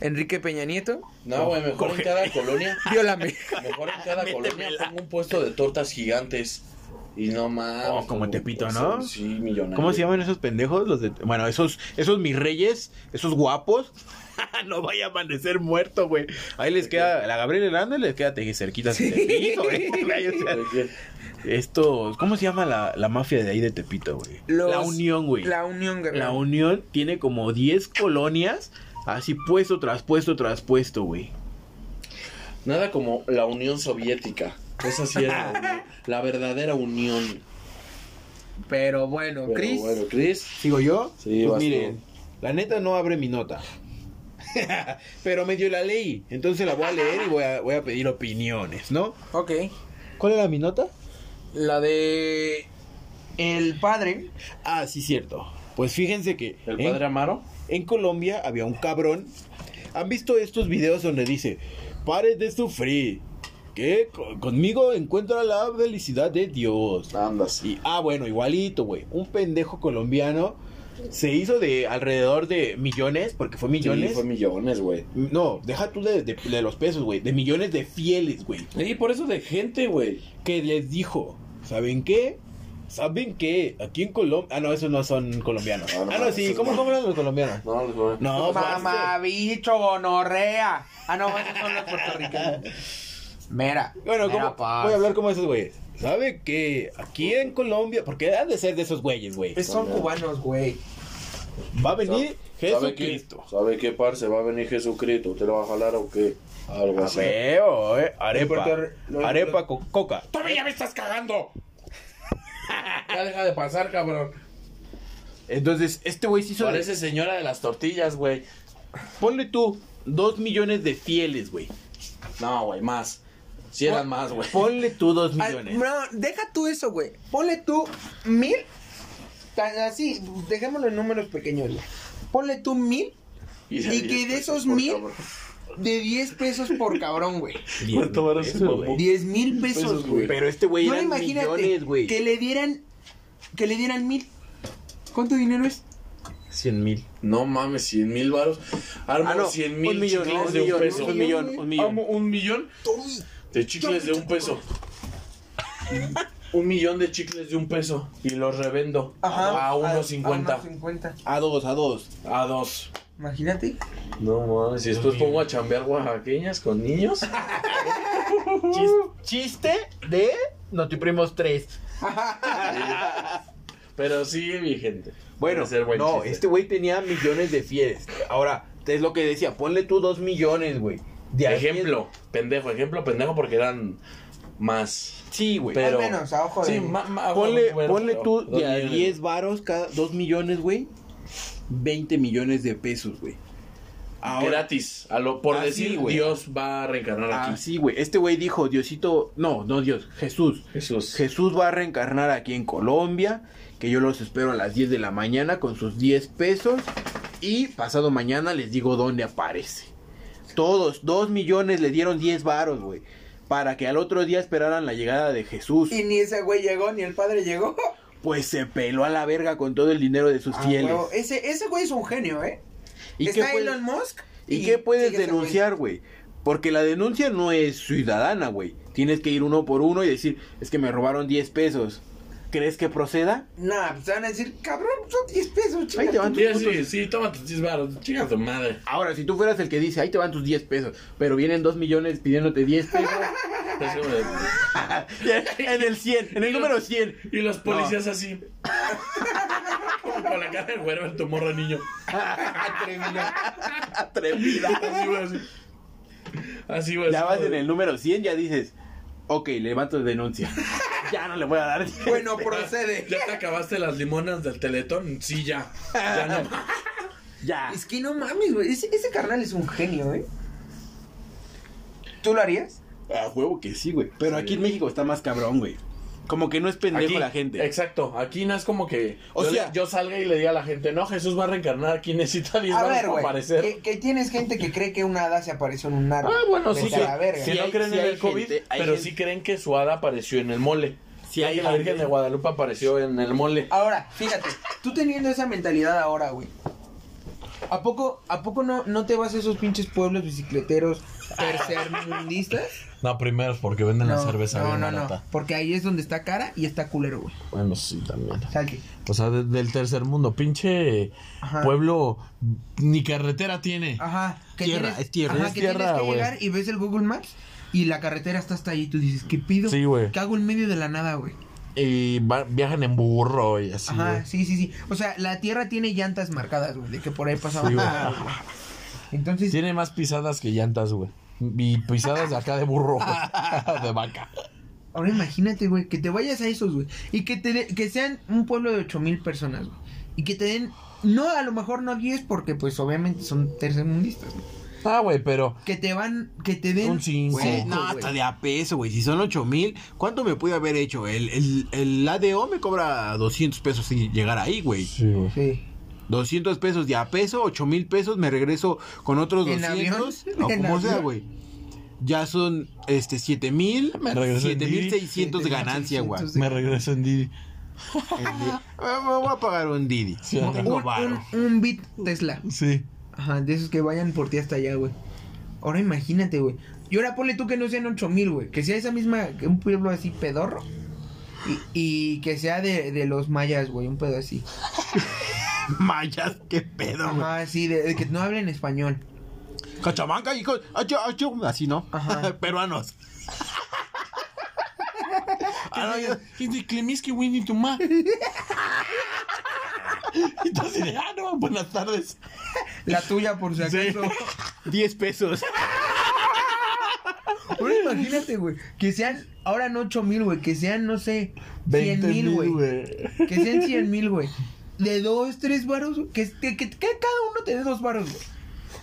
S2: Enrique Peña Nieto,
S1: No, güey, mejor en cada colonia,
S2: viólame.
S1: mejor en cada
S3: Métemela.
S1: colonia pongo un puesto de tortas gigantes. Y no mames.
S3: Oh, como Tepito,
S1: pues,
S3: ¿no?
S1: Sí, millonario.
S3: ¿Cómo se llaman esos pendejos? Los de, bueno, esos, esos mis reyes, esos guapos. no vaya a amanecer muerto, güey. Ahí les queda, a la Gabriela Hernández les queda te- cerquita de Tepito, güey. O sea,
S1: ¿De qué?
S3: Estos, ¿cómo se llama la, la mafia de ahí de Tepito, güey?
S2: Los-
S3: La Unión, güey.
S2: La Unión Guerrero.
S3: La Unión tiene como 10 colonias, así puesto tras puesto tras puesto, güey.
S1: Nada como la Unión Soviética. Esa sí era la unión, la verdadera unión.
S2: Pero bueno,
S1: Pero
S2: Chris.
S1: bueno, Chris.
S3: ¿Sigo yo?
S1: Sí, vas
S3: pues
S1: tú.
S3: miren, la neta no abre mi nota. Pero medio la ley, entonces la voy a leer y voy a, voy a pedir opiniones, ¿no?
S2: Ok.
S3: ¿Cuál era mi nota?
S2: La de. El padre.
S3: Ah, sí, cierto. Pues fíjense que
S1: El
S3: en-
S1: padre Amaro.
S3: en Colombia había un cabrón. ¿Han visto estos videos donde dice, pares de sufrir? Que co- conmigo encuentra la felicidad de Dios.
S1: Andas.
S3: Y, ah, bueno, igualito, güey. Un pendejo colombiano se hizo de alrededor de millones, porque fue millones.
S1: Sí, fue millones, güey.
S3: No, deja tú de, de- de los pesos, güey. De millones de fieles, güey.
S1: Y por eso de gente, güey.
S3: Que les dijo, ¿saben qué? ¿Saben qué? Aquí en Colombia... Ah, no, esos no son colombianos.
S1: Ah, no,
S3: ah, no, sí.
S1: esos
S3: ¿Cómo,
S1: no.
S3: cómo eran los colombianos?
S1: No, pues, los jóvenes.
S3: No, pues,
S2: Mamabicho, gonorrea. Ah, no, esos son los puertorriqueños. Mira.
S3: Bueno,
S2: mira,
S3: ¿cómo-
S2: pa.
S3: voy a hablar como esos güeyes. ¿Sabe que Aquí en Colombia, porque han de ser de esos güeyes, güey.
S2: Es- Son cubanos, güey.
S3: Va a venir
S1: ¿Sabe
S3: Jesucristo.
S1: qué? ¿Sabe qué, parce? ¿Va a venir Jesucristo? ¿Usted lo va a jalar o qué? Algo
S3: A
S1: así.
S3: veo, eh. Arepa.
S2: Puerto Ri- lo-
S3: Arepa con coca.
S1: ¡Todavía me estás cagando! ya deja de pasar, cabrón.
S3: Entonces, este güey sí hizo.
S1: Parece señora de las tortillas, güey.
S3: Ponle tú dos millones de fieles, güey.
S1: No, güey, más. Si eran más, güey.
S3: Ponle tú dos
S2: Ay,
S3: millones.
S2: Ah, no, deja tú eso, güey. Ponle tú mil. Tan así, dejémoslo en números pequeños, güey. Ponle tú mil. Y,
S1: de
S2: que
S1: 10
S2: de
S1: pesos
S2: esos
S1: por
S2: mil,
S1: cabrón.
S2: de 10 pesos por cabrón, güey.
S3: Bien,
S1: ¿Cuánto vale ese
S3: eso, güey.
S1: mamón?
S2: 10 mil pesos,
S1: Pesos,
S2: güey.
S1: güey.
S3: Pero este Oh, güey
S2: Yo
S3: eran
S2: imagínate
S3: millones, güey.
S2: que le dieran que le dieran mil. ¿Cuánto dinero es?
S5: Cien mil.
S1: No mames, 100 mil varos. Armo
S5: Ah, no,
S1: 100 mil
S5: un millón,
S1: chicles
S5: un
S1: de
S5: millón,
S1: un peso.
S5: un millón, un millón.
S1: Amo un millón de chicles de un peso. un millón de chicles de un peso. Y los revendo a
S3: Ah,
S2: A
S1: 1.50.
S2: 1.50.
S3: A dos, a dos.
S1: A 2.
S2: Imagínate.
S1: No mames, si después pongo a chambear oaxaqueñas con niños.
S2: Uh.
S5: Chis- chiste de Notiprimos 3.
S1: Pero sigue vigente.
S5: Bueno,
S1: Puede ser buen
S5: no,
S1: chiste.
S5: este güey tenía millones de fieles. Ahora, es lo que decía, ponle tú dos millones, güey. De ahí-
S1: Ejemplo, pendejo, ejemplo, pendejo, porque eran más.
S5: Sí, güey.
S1: Pero.
S2: Al menos, a ojo de-
S1: Sí, ma- ma-
S3: Ponle,
S1: bueno,
S3: ponle tú
S1: dos
S3: de a
S1: millones.
S3: 10 varos cada 2 millones, güey. 20 millones de pesos, güey. Ahora
S1: gratis. A lo, por
S3: Así,
S1: decir,
S3: güey.
S1: Dios va a reencarnar aquí.
S3: Así, güey. Este güey dijo, Diosito, no, no Dios, Jesús.
S1: Jesús.
S3: Jesús va a reencarnar aquí en Colombia, que yo los espero a las 10 de la mañana con sus 10 pesos y pasado mañana les digo dónde aparece. Todos, 2 millones le dieron 10 varos, güey, para que al otro día esperaran la llegada de Jesús.
S2: Y ni ese güey llegó, ni el padre llegó.
S3: Pues se peló a la verga con todo el dinero de sus
S2: Ah,
S3: fieles.
S2: huevo. Ese, ese güey es un genio, ¿eh?
S3: ¿Y qué
S2: Está
S3: fue-
S2: Elon Musk.
S3: ¿Y, qué puedes
S2: sigue ese güey.
S3: denunciar, güey? Porque la denuncia no es ciudadana, güey. Tienes que ir uno por uno y decir, es que me robaron 10 pesos. ¿Crees que proceda?
S2: Nah, pues te van a decir, cabrón, son 10 pesos, chica.
S3: Ahí te van tus
S1: Sí,
S3: putos-
S1: sí, sí, toma tus 10 baros. Chica tu madre.
S3: Ahora, si tú fueras el que dice, ahí te van tus 10 pesos, pero vienen 2 millones pidiéndote 10 pesos.
S1: Es como de-
S3: en el 100, en el número 100.
S1: Y los policías así. Como con la cara del güero en tu morro niño.
S3: Atrevida.
S1: Así va así. Así va
S3: Ya
S1: así,
S3: vas
S1: güey.
S3: en el número 100, ya dices, ok, levanto denuncia. ya no le voy a dar 10.
S2: Bueno, procede.
S1: Ah, ¿Ya te acabaste las limonas del teletón? Sí, ya. Ya no más.
S3: ya.
S2: Es que no mames, güey. Ese, ese carnal es un genio, ¿eh? ¿Tú lo harías?
S3: A huevo que sí, güey. Pero
S1: Sí.
S3: aquí en México está más cabrón, güey. Como que no es pendejo
S1: Aquí,
S3: la gente.
S1: Exacto. Aquí no es como que
S3: O
S1: yo,
S3: sea-
S1: yo salga y le diga a la gente, no, Jesús va a reencarnar, aquí necesita 10
S2: A
S1: baros
S2: ver,
S1: para
S2: güey. eh,
S1: aparecer.
S2: Que, que tienes gente que cree que un hada se apareció en un árbol.
S1: Ah, bueno,
S2: Vete
S1: sí,
S2: a
S1: que,
S2: la verga.
S1: que
S3: Sí
S1: no
S3: hay-
S1: creen
S3: sí
S1: en
S3: hay
S1: el COVID,
S3: gente- hay
S1: pero
S3: gente-
S1: sí creen que su hada apareció en el mole.
S3: Sí hay
S1: que la Virgen
S3: gente-
S1: de Guadalupe apareció en el mole.
S2: Ahora, fíjate, tú teniendo esa mentalidad ahora, güey. ¿A poco, a poco no, no te vas a esos pinches pueblos bicicleteros tercermundistas?
S1: No, primero porque venden
S2: No, no, no, no. Porque ahí es donde está cara y está culero, güey.
S1: Bueno, sí, también.
S2: Salte.
S1: O sea, de- del tercer mundo, pinche
S2: Ajá.
S1: pueblo ni carretera tiene.
S2: Ajá. Que
S3: Tierra,
S2: tienes,
S3: es tierra,
S2: Ajá,
S1: es
S2: que
S1: tierra,
S2: tienes que
S1: güey.
S2: llegar y ves el Google Maps y la carretera está hasta ahí. Tú dices, ¿qué pido?
S1: Sí, güey.
S2: ¿Qué hago en medio de la nada, güey?
S1: Y va- viajan en burro y así.
S2: Ajá,
S1: güey.
S2: sí, sí, sí. O sea, la tierra tiene llantas marcadas, güey, de que por ahí pasaba.
S1: Sí, güey.
S2: nada, güey. Entonces,
S1: Tiene más pisadas que llantas, güey. Y pisadas de acá de burro, güey. de vaca.
S2: Ahora imagínate, güey, que te vayas a esos, güey. Y que, te de- que sean un pueblo de ocho mil personas, güey. Y que te den, no, a lo mejor no 10 porque pues obviamente son tercermundistas, güey.
S1: Ah, güey, pero
S2: Que te van, que te den...
S1: Un cinco.
S3: Güey,
S2: cinco,
S3: no,
S2: güey.
S3: hasta de a peso, güey. Si son 8 mil, ¿cuánto me pude haber hecho? El, el, el ADO me cobra 200 pesos sin llegar ahí, güey.
S1: Sí, güey.
S2: Sí.
S3: 200 pesos de a peso, 8 mil pesos, me regreso con otros
S2: ¿En
S3: 200.
S2: avión?
S3: O
S2: ¿En
S3: como sea,
S2: avión?
S3: güey. Ya son este 7 mil,
S1: Me regreso en
S3: 7 mil
S1: Didi.
S3: 600 de
S2: 7,600
S3: ganancia, güey.
S2: de-
S1: Me regreso en Didi.
S3: Me me voy a pagar un Didi.
S1: Sí,
S3: no
S1: anda.
S3: tengo
S2: Un,
S3: varo.
S2: un, un bit Tesla.
S1: Sí.
S2: Ajá, de esos que vayan por ti hasta allá, güey. Ahora imagínate, güey. Y ahora ponle tú que no sean ocho mil, güey. Que sea esa misma, que un pueblo así pedorro. Y, y que sea de, de los mayas, güey, un pedo así.
S3: Mayas, qué pedo, güey.
S2: Ajá, sí, de, de que no hablen español.
S3: Cachamanca, hijo. achu, achu, Así, ¿no?
S2: Ajá.
S3: Peruanos. Ah, no, yo-
S1: Y de Clemiski Winnie tu ma. Y tú así de, ah, no, buenas tardes.
S2: La tuya, por si acaso.
S3: 10 pesos.
S2: Ahora imagínate, güey. Que sean, ahora no ocho mil, güey. Que sean, no sé, cien
S1: 20
S2: mil, güey.
S1: güey.
S2: Que sean cien mil, güey. De dos, tres varos. güey. Que, que, que- que cada uno te dé dos varos, güey.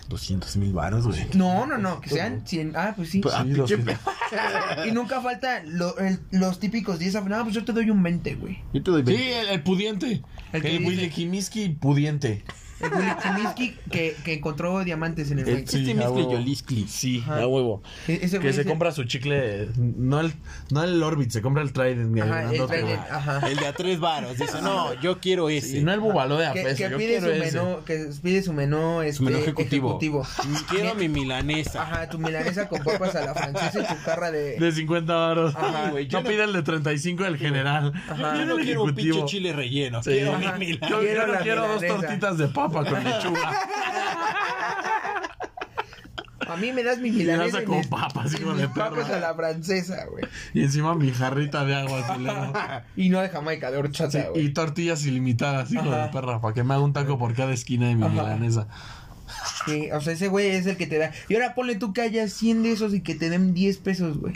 S3: 200 mil baros, güey.
S2: No, no, no. Que sean cien. Ah, pues sí.
S3: Ah,
S1: Sí, los-
S3: pinche pe-
S2: Y nunca falta lo- el- los típicos 10 No, pues yo te doy un 20, güey.
S3: Yo te doy
S1: Sí,
S3: 20.
S1: el, el pudiente.
S2: El
S1: El,
S2: que
S1: el
S2: dice-
S1: Willy Kimiski pudiente.
S2: El Willy Kuminsky que, que encontró diamantes en el
S6: Eh,
S2: hueco.
S6: Sí,
S3: este
S6: a
S3: miscle
S6: huevo.
S3: Yoliscli.
S1: Sí,
S2: Ajá.
S1: a huego
S2: E- ese
S1: Que
S2: güey
S1: se
S2: es el-
S1: compra su chicle, no el, no el Orbit, se compra el Trident.
S2: Ajá, el
S1: grandote,
S2: Trident, Ah,
S1: güey.
S2: ajá.
S3: El de a tres varos. Dice, no, yo quiero ese.
S1: Y no el bubaló de a
S2: Que,
S1: peso,
S2: que
S1: yo
S2: pide su
S1: quiero ese.
S2: menú, que pide su menú, este,
S3: menú ejecutivo.
S1: Mm,
S3: Quiero
S2: Mi-
S3: mi milanesa.
S2: Ajá, tu milanesa con papas a la francesa y tu carra de...
S1: De 50 baros.
S2: Ajá,
S3: güey, yo
S1: no
S3: no-
S1: pide el de 35 del general.
S2: Ajá.
S1: Pide
S3: Yo no
S1: el
S3: quiero un pinche
S1: ejecutivo.
S3: chile relleno.
S1: Sí.
S3: Quiero
S2: Ajá.
S3: mi
S1: Yo
S3: milanesa.
S2: Quiero
S1: quiero,
S2: la
S1: quiero dos
S2: milanesa.
S1: tortitas de papa con lechuga.
S2: A mí me das mi
S1: Milanesa
S2: milanesa y
S1: con
S2: mis-
S1: papas,
S2: y
S1: hijo
S2: mis
S1: de
S2: papas
S1: perra.
S2: a la francesa, güey.
S1: Y encima mi jarrita de agua azulero.
S2: Y no de Jamaica, de
S1: Sí,
S2: horchata,
S1: y
S2: güey.
S1: tortillas ilimitadas, hijo
S2: Ajá.
S1: de perra, para que me haga un taco por cada esquina de mi
S2: Ajá.
S1: milanesa.
S2: Sí, o sea, ese güey es el que te da... Y ahora ponle tú que haya 100 de esos y que te den 10 pesos, güey.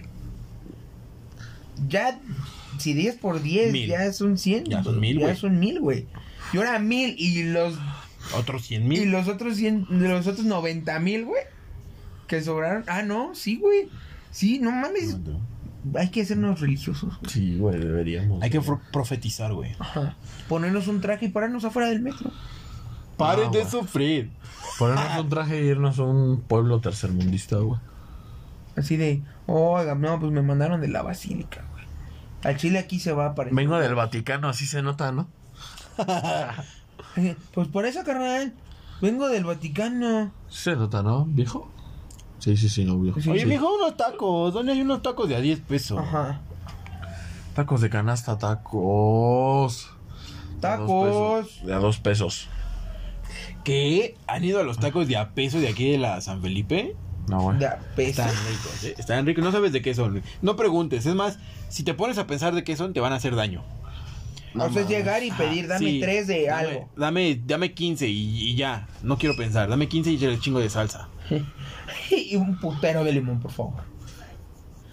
S2: Ya, si 10 por 10,
S3: Mil.
S2: ya son 100.
S3: Ya son mil, güey.
S2: Ya son 1000, güey. Y ahora 1000 y los...
S3: Otros 100
S2: Y
S3: mil.
S2: los otros 100, los otros 90 mil, güey. Que sobraron. Ah, no, sí, güey. Sí, no mames. Hay que hacernos religiosos. güey.
S1: Sí, güey, deberíamos.
S3: Hay que fro- profetizar, güey.
S2: Ajá. Ponernos un traje y pararnos afuera del metro.
S3: Paren
S1: No,
S3: de
S2: Ah,
S1: güey.
S3: sufrir.
S1: Ponernos un traje y irnos a un pueblo tercermundista, güey.
S2: Así de, oiga, no, pues me mandaron de la basílica, güey. Al chile aquí se va a aparecer.
S1: Vengo del Vaticano, así se nota, ¿no?
S2: Eh, Pues por eso, carnal. Vengo del Vaticano.
S1: Sí se nota, ¿no, viejo? Sí, sí, sí, no, viejo.
S2: Sí,
S3: Oye,
S2: sí.
S3: mijo, unos tacos. ¿Dónde hay unos tacos de a 10 pesos?
S2: Ajá.
S1: Tacos de canasta, tacos. De a dos
S2: Tacos.
S1: pesos. De a dos pesos.
S3: ¿Qué? ¿Han ido a los tacos de a peso de aquí de la San Felipe?
S1: No, güey.
S2: De a peso.
S3: Están ricos, ¿eh? Están ricos. No sabes de qué son. No preguntes. Es más, si te pones a pensar de qué son, te van a hacer daño.
S2: o sea, es llegar y pedir, dame
S3: Sí,
S2: tres de
S3: dame-
S2: algo.
S3: Dame, dame 15 y, y ya. No quiero pensar. Dame 15 y el chingo de salsa.
S2: y un putero de limón, por favor.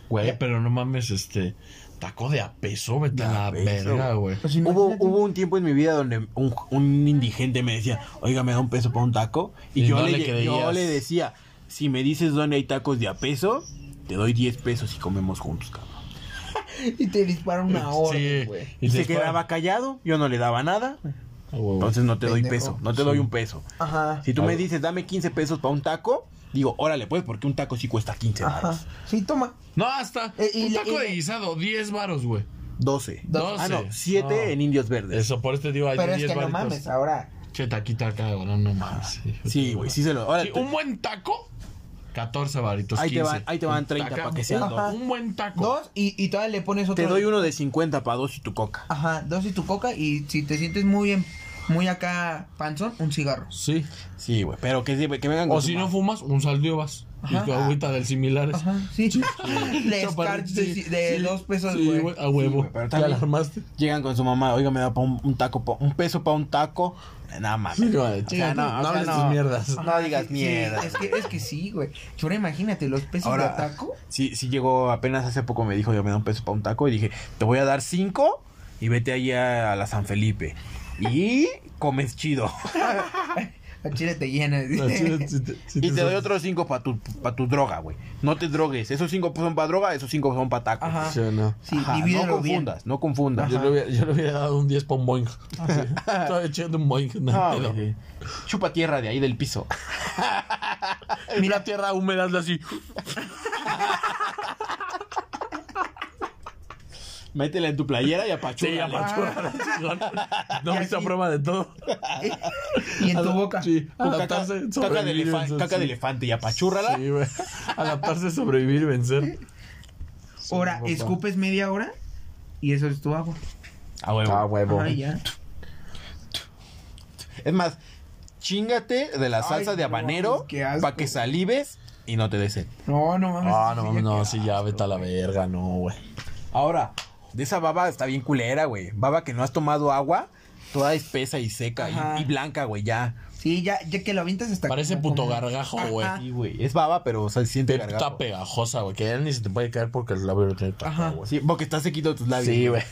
S1: Güey, pero no mames, este. Taco de a peso, vete
S3: De a
S1: a la
S3: peso.
S1: verga, güey.
S2: Pues
S3: Hubo,
S2: imagínate.
S3: hubo un tiempo en mi vida donde un, un indigente me decía, oiga, me da un peso para un taco. Y,
S1: Y
S3: yo,
S1: no
S3: le,
S1: le
S3: lle- yo
S1: creías.
S3: le decía, si me dices dónde hay tacos de a peso, te doy 10 pesos y comemos juntos, cabrón.
S2: Y te dispara una hora,
S1: Sí.
S2: güey.
S1: Y
S3: Y se
S1: después-
S3: quedaba callado, yo no le daba nada.
S1: Ah, güey, güey.
S3: Entonces no te doy
S2: Pendejo.
S3: peso, no te doy un peso.
S2: Ajá.
S3: Si tú me
S1: Ah.
S3: dices, dame 15 pesos para un taco, digo, órale, pues, porque un taco sí cuesta 15
S2: Ajá.
S3: varos.
S2: Sí, toma.
S1: No, hasta.
S2: Eh, y
S1: un
S2: la-
S1: taco
S2: y-
S1: de guisado, 10 varos, güey.
S3: 12.
S1: Doce.
S3: Ah, no, 7
S1: No.
S3: en indios verdes.
S1: Eso, por este digo, hay
S2: Pero
S1: de
S2: es
S1: 10
S2: que no
S1: varitos.
S2: mames, ah. ahora.
S1: Che, taquito acá, güey, no, no mames.
S3: Sí, güey, sí se lo. Órale,
S1: Ah, Sí, un buen taco, 14 varitos,
S3: Ahí te
S1: 15.
S3: van- ahí te van 30
S1: Acá,
S3: pa' que sean
S1: un-
S2: dos.
S1: Un buen taco.
S2: Dos y, y todavía le pones otro.
S3: te doy uno de 50 para dos y tu coca.
S2: Ajá, dos y tu coca. Y si te sientes muy bien, muy acá panzón, un cigarro.
S1: Sí.
S3: Sí, güey, pero que, que vengan
S1: O
S3: con
S1: si
S3: su
S1: no
S3: ma-
S1: fumas, un saldiobas.
S2: Ajá.
S1: Y tu agüita del similares.
S2: Ajá, sí. Le
S1: Chaparrito,
S2: escarches de,
S1: Pues, sí,
S2: de
S1: sí,
S2: dos pesos,
S1: sí,
S2: güey.
S1: güey, a huevo.
S3: güey, pero
S1: ya
S3: también-
S1: la armaste.
S3: Llegan con su mamá, oiga, me da pa un, un taco, pa- un peso para un taco. Eh, Nada más.
S1: Sí, güey, chinga,
S3: no,
S1: no,
S3: o sea,
S1: hables
S3: no.
S1: tus mierdas.
S2: Ajá,
S3: No digas
S2: sí,
S3: mierda.
S2: sí, es, que, es que sí, güey. Y ahora imagínate, los pesos de taco.
S3: Sí, sí llegó apenas hace poco, me dijo, yo me da un peso para un taco y dije, te voy a dar cinco y vete allá a la San Felipe. Y comes chido.
S2: A Chile te llena.
S1: Así, si te- si
S3: Y te doy
S1: sal-
S3: otros cinco para tu, pa' tu droga, güey. No te drogues. Esos cinco son para droga, esos cinco son para tacos.
S2: Ajá.
S1: Sí, no.
S2: Sí,
S3: Ajá, no
S2: divídelo bien.
S3: confundas, no confundas.
S1: Yo le, hubiera, yo le hubiera dado un 10 para un boing. Estaba echando un boing. No,
S3: Ah,
S1: hay pedo.
S3: güey, sí. Chupa tierra de ahí del piso.
S1: Mira tierra húmeda, hazle así.
S3: Métela en tu playera y apachúrale.
S1: Sí,
S2: ah.
S1: apachurrada, chingón. No
S2: Ya
S1: viste a
S2: sí.
S1: prueba de todo.
S2: Y en tu boca. Ah,
S1: Sí,
S3: Ah, Caca,
S1: adaptarse,
S3: caca de,
S1: sobrevivir y
S3: elefan-
S1: vencer,
S3: caca de
S1: sí.
S3: elefante y apachúrrala.
S1: Sí, güey. Adaptarse, sobrevivir y vencer.
S2: Ahora,
S1: papá.
S2: escupes media hora y eso es tu agua.
S3: A Ah, huevo.
S1: Ah, huevo.
S2: Ay, ya.
S3: Es más, chingate de la
S2: Ay,
S3: salsa de
S2: no,
S3: habanero
S2: qué asco.
S3: para que salives y no te des sed.
S2: No, no mames.
S1: Ah,
S2: sí,
S1: no,
S2: ya
S1: mames, no,
S2: queda.
S1: sí, ya vete a la verga, no, güey.
S3: Ahora, de esa baba está bien culera, güey. Baba que no has tomado agua, toda espesa y seca
S2: Ajá.
S3: y, y blanca, güey, ya.
S2: Sí, ya, ya que lo avientas hasta.
S1: Parece
S2: como-
S1: puto
S2: como-
S1: gargajo, güey.
S2: Ajá.
S3: Sí, güey. Es baba, pero o sea, se siente
S1: Pe- Está
S3: gargajo.
S1: pegajosa, güey, que ya ni se te puede caer porque el labio lo tiene
S2: Ajá.
S1: tapado, güey.
S3: Ah, Sí, porque está sequito tus labios.
S1: Sí, güey.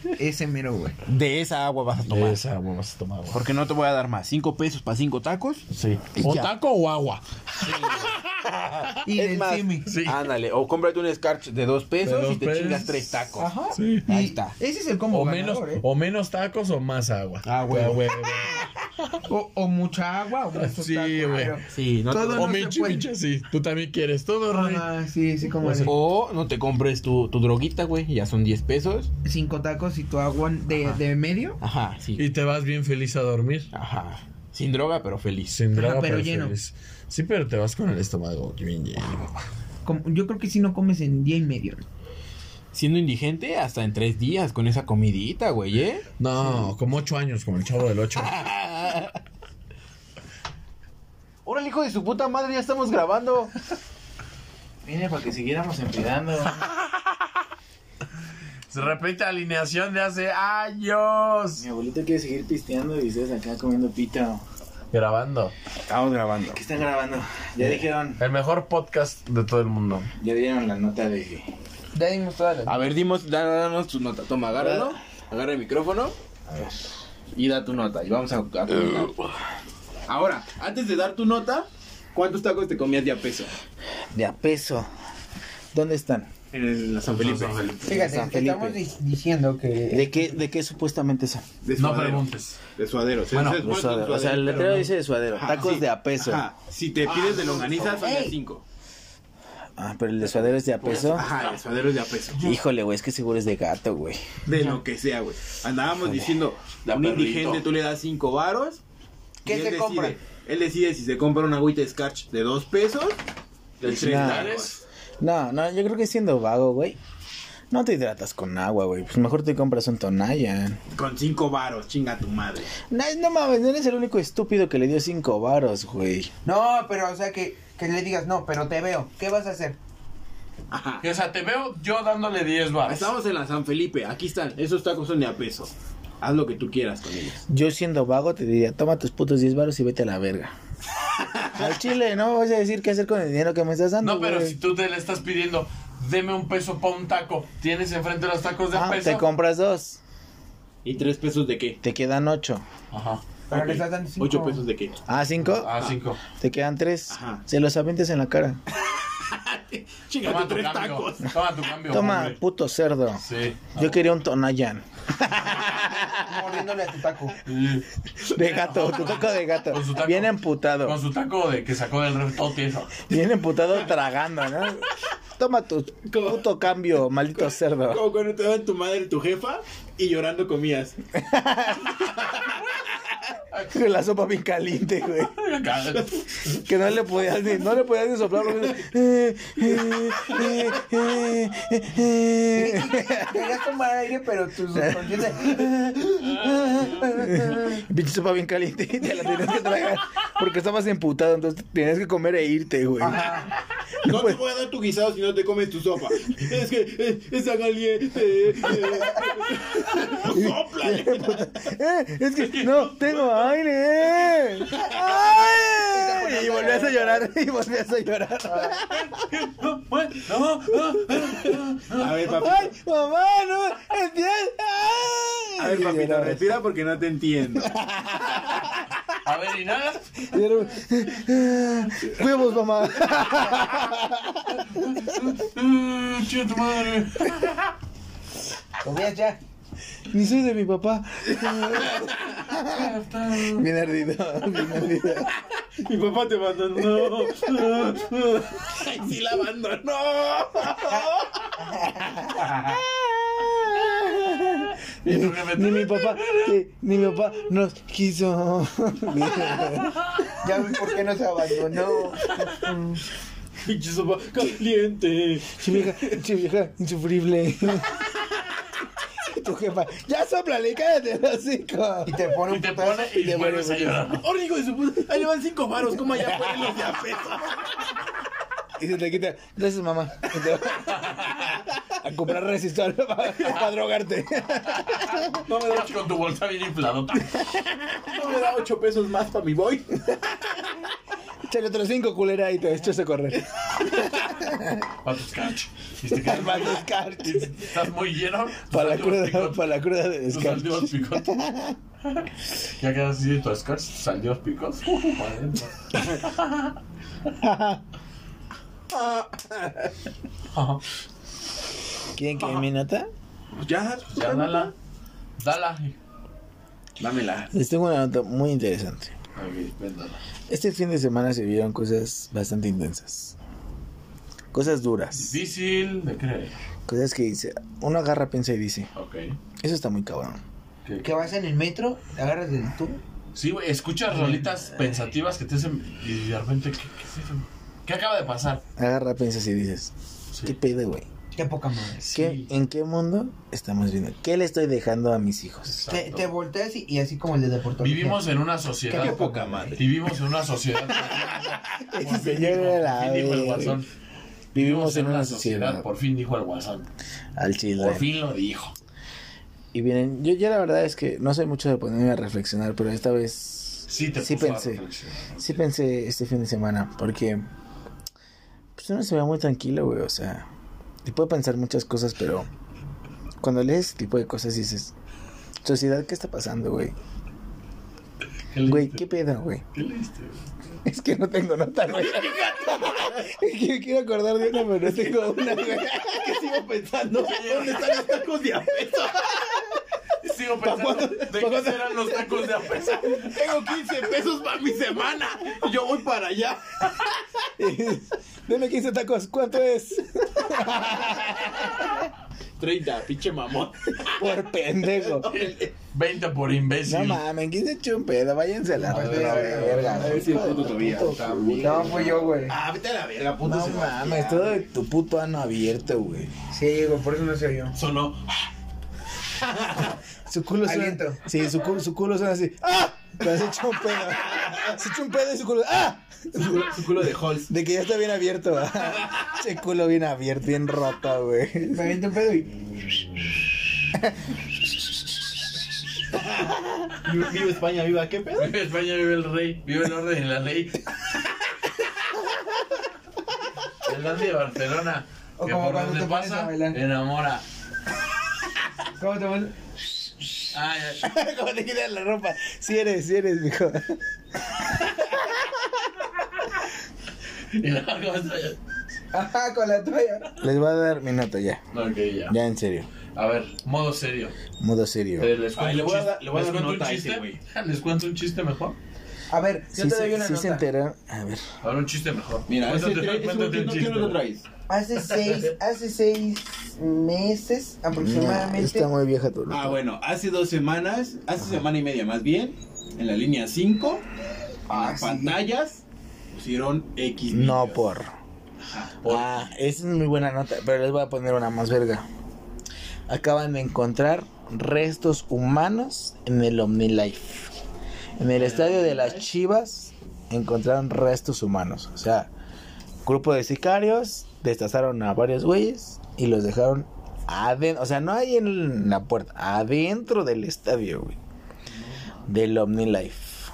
S2: Sí, ese mero, güey.
S3: De esa agua vas a tomar.
S1: Esa, güey, vas a tomar, güey.
S3: Porque no te voy a dar más. Cinco pesos para cinco tacos.
S1: Sí. ¿O
S3: Ya.
S1: taco o agua?
S2: Y
S3: Es
S2: del
S3: más,
S2: Simi.
S3: Ándale, o cómprate un escarche de dos pesos
S1: De dos
S3: y te
S1: pesos.
S3: chingas tres tacos.
S2: Ajá.
S1: Sí.
S2: Y
S3: Ahí está.
S2: Ese es el combo.
S1: O menos,
S2: ganador, ¿eh?
S1: o menos tacos o más agua.
S3: Ah, güey.
S1: Ah, güey, güey.
S2: O, o mucha agua o Ah, mucho
S7: Sí,
S2: taco.
S7: güey.
S2: Pero-
S8: Sí, no
S2: Todo
S8: te-
S7: O
S2: no se
S7: Minchi
S2: puede.
S7: Minchi, sí. Tú también quieres todo, Rey.
S2: Ajá, sí, sí, como
S3: Pues
S7: O sea,
S2: el-
S8: O no te compres tu, tu droguita, güey. Ya son 10 pesos.
S2: cinco tacos y tu agua de,
S8: Ajá.
S2: de medio.
S8: Ajá, sí.
S7: Y te vas bien feliz a dormir.
S8: Ajá. Sin droga, pero feliz.
S7: Sin droga,
S2: Ajá, pero
S7: pero,
S2: lleno.
S7: feliz. Sí, pero te vas con el estómago bien lleno.
S2: Como- yo creo que si no comes en día y medio.
S8: Siendo indigente hasta en 3 días con esa comidita, güey, ¿eh?
S7: No, como ocho años, como el chavo del ocho.
S8: Órale, hijo de su puta madre, ya estamos grabando.
S9: Viene para que siguiéramos empedando.
S1: Se repite alineación de hace años.
S9: Mi abuelita quiere seguir pisteando y ustedes acá comiendo pita.
S1: Grabando.
S3: Estamos grabando.
S9: ¿Qué están grabando? Ya dijeron,
S1: El mejor podcast de todo el mundo.
S9: ya dieron la nota de...
S2: Ya dimos todas las.
S3: A ver, dimos, da- danos tu nota. Toma, agárralo. Agarra el micrófono. Y da tu nota. Y vamos a, a comentar. Ahora, antes de dar tu nota, ¿cuántos tacos te comías de a peso?
S9: De a peso. ¿Dónde están?
S3: En la San Felipe.
S2: Fíjate,
S9: San Felipe.
S2: estamos di- diciendo que.
S9: ¿De qué, de qué supuestamente son?
S3: De
S1: No
S3: suadero.
S1: preguntes.
S3: De suaderos.
S1: Bueno,
S9: Los suaderos. O sea, el letrero dice de suadero. Tacos de a peso.
S3: Si te pides de longaniza, son de
S2: Ey.
S3: 5.
S9: Ah, pero el de suadero es de a peso.
S3: Ajá, de suaderos de a peso.
S9: Híjole, güey, es que seguro es de gato, güey.
S3: De lo que sea, güey. Andábamos diciendo,
S1: Da
S3: a un
S1: perrito.
S3: indigente tú le das 5 varos.
S2: ¿Qué
S3: y él
S2: se
S3: decide-
S2: compra?
S3: Él decide si se compra una agüita de Scratch de 2 pesos. De
S9: Es
S3: 3
S9: nada.
S3: dólares.
S9: No, no, yo creo que siendo vago, güey. No te hidratas con agua, güey. Pues mejor te compras un tonalla.
S3: Con 5 varos, chinga tu madre.
S9: No, no mames, no eres el único estúpido que le dio cinco varos, güey.
S2: No, pero o sea que, que le digas, no, pero te veo. ¿Qué vas a hacer?
S3: Ajá.
S1: O sea, te veo yo dándole 10 baros.
S3: Estamos en la San Felipe, aquí están. Esos tacos son de a peso. Haz lo que tú quieras con ellos.
S9: Yo siendo vago te diría, toma tus putos 10 varos y vete a la verga. Al chile, no me vas a decir qué hacer con el dinero que me estás dando.
S1: No, pero
S9: güey.
S1: si tú te le estás pidiendo, deme un peso para un taco, tienes enfrente los tacos de a
S9: Ah,
S1: peso.
S9: te compras dos,
S3: ¿Y 3 pesos de qué?
S9: te quedan ocho.
S1: Ajá.
S2: Pero
S3: Ok.
S2: le estás dando cinco.
S3: ¿Ocho pesos de qué?
S9: Ah, cinco,
S1: Ah, cinco.
S9: te quedan tres.
S3: Ajá.
S9: Se los avientes en la cara.
S3: Chinga
S1: Toma tu
S3: tres
S1: cambio.
S3: tacos.
S1: Toma tu cambio.
S9: Toma,
S1: hombre.
S9: puto cerdo.
S1: Sí.
S9: Yo quería un Tonayan.
S2: Mordiéndole a tu taco.
S9: De gato, tu taco de gato.
S1: Con su taco.
S9: Bien
S1: Con
S9: emputado.
S1: su taco de que sacó del ref todo tieso.
S9: Bien emputado tragando, ¿no? Toma tu puto cambio, maldito cerdo.
S3: Como cuando te daban tu madre y tu jefa y llorando comías.
S9: Con la sopa bien caliente, güey. Que no le podías ni, no le podías ni soplar. porque- eh, eh, eh, eh, eh,
S2: Querías tomar aire, pero tu subconsciente.
S9: eh. Pinche sopa bien caliente y te la tenías que tragar. Porque estabas emputado, entonces tenías que comer e irte, güey.
S3: No te voy a dar tu guisado si no te comes tu sopa. Es que eh, está caliente. eh. ¡Sóplale!
S9: Eh, es que no tengo aire. ¡Ay! Y volvías a llorar, y volvías a llorar.
S3: A ver,
S9: ¡Ay,
S3: papito.
S9: mamá! ¡No! ¿Entiendes? ¡Ay!
S3: A ver,
S9: Y
S3: papito,
S9: llorabas.
S3: respira porque no te entiendo.
S1: A ver, y nada.
S9: Y era un, "Ah, Huevos, mamá.
S1: Mm, chido tu madre.
S2: Lo veas ya.
S9: Ni soy de mi papá. Bien ardido, bien ardido.
S3: Mi papá te abandonó.
S1: Y tu jefe,
S9: Ni mi papá, eh, ni mi papá nos quiso.
S2: Ya vi por qué no se abandonó.
S3: Pinche sopa caliente.
S9: Che vieja, che vieja, insufrible. Tu jefa, ya sóplale, cállate el hocico.
S2: Y te pone
S1: Y
S2: un
S1: te
S2: putazo.
S1: pone y vuelves a llorar.
S3: ¡Oh, hijo de su puta! Ahí le van cinco varos, como allá ponen los de a peso.
S9: Y se te quita, gracias mamá. Y te va a comprar resistor para, drogarte.
S3: No me da,
S1: Vas Con tu bolsa bien infladota.
S3: no me da ocho pesos más para mi boy.
S9: Échale otros cinco culera y te echas a correr.
S1: Para tus cachos. Y te quedas
S9: Para los cartos.
S1: Estás muy lleno.
S9: Para la cruda, para la cruda de
S1: Tus
S9: descanso.
S1: saldivas picos. Ya quedas así de tu scotch, tus saldivas picos. Uh, Para adentro. Ajá.
S9: ¿Quieren que mi nota?
S3: Ya,
S1: Ya dala. Dala.
S3: Dámela.
S9: Les tengo una nota muy interesante.
S3: Ok, cuéntala.
S9: Este fin de semana se vieron cosas bastante intensas. Cosas duras.
S1: Difícil de creer.
S9: Cosas que dice, uno agarra, piensa y dice,
S1: Ok.
S9: eso está muy cabrón.
S2: Que vas en el metro, te agarras del tubo.
S1: Sí, güey, escuchas rolitas pensativas que te hacen. Y de repente, ¿qué, qué es eso? ¿Qué acaba de pasar?
S9: Agarra, piensas y dices, ¿qué
S1: Sí.
S9: pedo, güey?
S2: Qué poca madre.
S9: ¿Qué- ¿En qué mundo estamos viviendo? ¿Qué le estoy dejando a mis hijos?
S2: Te,
S1: Exacto.
S2: te volteas y, y así como el de Deportivo.
S1: Vivimos en una sociedad.
S2: Qué
S3: poca madre.
S1: Vivimos en una sociedad.
S9: Ese señor era
S1: Por fin
S9: la
S1: dijo el
S9: verga.
S1: guasón.
S9: Vivimos en una sociedad.
S1: Por fin dijo el guasón.
S9: Al chile.
S1: Por fin lo dijo.
S9: Y vienen, yo ya la verdad es que no soy mucho de ponerme a reflexionar, pero esta vez
S1: Sí, te
S9: sí
S1: puso a
S9: pensé.
S1: reflexionar.
S9: Sí pensé este fin de semana, porque pues uno se ve muy tranquilo, güey, o sea, te puede pensar muchas cosas, pero cuando lees este tipo de cosas dices, sociedad, ¿qué está pasando, güey?
S1: ¿Qué le-
S9: Güey, ¿qué pedo, güey?
S1: qué le diste?
S9: Es que no tengo nota, güey. Es que me quiero acordar de una, pero no tengo una, güey.
S3: Sigo pensando, ¿dónde están los tacos de apeso?
S1: Sigo pensando. ¿De qué serán los tacos de apesa?
S3: Tengo 15 pesos para mi semana. Yo voy para allá.
S9: Deme 15 tacos, ¿cuánto es?
S3: 30, pinche mamón.
S9: Por pendejo.
S1: 20 por imbécil.
S9: No mames, ¿quién se echó un pedo? Váyanse a la
S2: a ver, a ver,
S9: verga.
S2: a
S9: güey.
S3: ver si el puto todavía.
S2: No, fui yo, güey.
S3: Ah, vete a la verga, puto.
S9: No
S3: Sebastián.
S9: mames, todo de tu puto ano abierto, güey.
S2: Sí, güey, por eso no soy yo.
S1: Sonó.
S9: Su culo suena.
S2: Aliento.
S9: Sí, su culo, su culo suena así. ¡Ah! Pero se echa un pedo. Se echa un pedo y su culo. ¡Ah! Su culo-
S3: Su culo de Halls.
S9: De que ya está bien abierto. güey. Ese culo bien abierto, bien roto, güey.
S2: Me aviento un pedo y.
S3: Viva España, viva, ¿qué pedo?
S1: Vive España, vive el rey, vive el orden y la ley. El Dandy de Barcelona.
S2: O
S1: que
S2: como
S1: por
S2: cuando
S1: donde
S2: te pones a
S1: pasa,
S2: bailar.
S1: enamora.
S2: ¿Cómo te vas?
S1: Ay, ay.
S9: Como te quitas la ropa. Si eres, si eres, mijo.
S1: Y la cosa.
S2: Ajá, con la toalla.
S9: Les voy a dar mi nota ya.
S1: Ok, ya.
S9: Ya en serio.
S1: A ver, modo serio.
S9: Modo serio.
S1: Eh, Les cuento
S3: Ay, le
S1: un
S3: voy a
S1: chiste-
S3: dar- le voy a
S1: les
S3: dar
S1: cuento un
S3: nota a ese
S1: chiste.
S3: güey.
S1: Les cuento un chiste mejor.
S2: A ver, yo
S9: Sí
S2: te doy
S9: se-
S2: una
S9: sí se
S2: nota.
S9: enteraron. A ver.
S1: A ver, un chiste mejor.
S3: Mira, ese
S1: Cuéntate-
S3: trae, ese
S1: cuéntate
S3: güey,
S1: un
S3: no
S1: chiste.
S3: quiero lo traes.
S2: Hace seis, hace seis meses aproximadamente.
S9: Está muy vieja tu
S3: Ah,
S9: ropa.
S3: bueno, hace dos semanas, hace semana y media más bien, en la línea 5,
S2: Ah,
S3: las
S2: sí.
S3: pantallas pusieron X.
S9: No
S3: videos.
S9: por. Ah, esa es muy buena nota, pero les voy a poner una más verga. Acaban de encontrar restos humanos en el OmniLife. En el estadio de las Chivas encontraron restos humanos. O sea, grupo de sicarios destazaron a varios güeyes y los dejaron adentro. O sea, no ahí en la puerta, adentro del estadio, güey. Del OmniLife.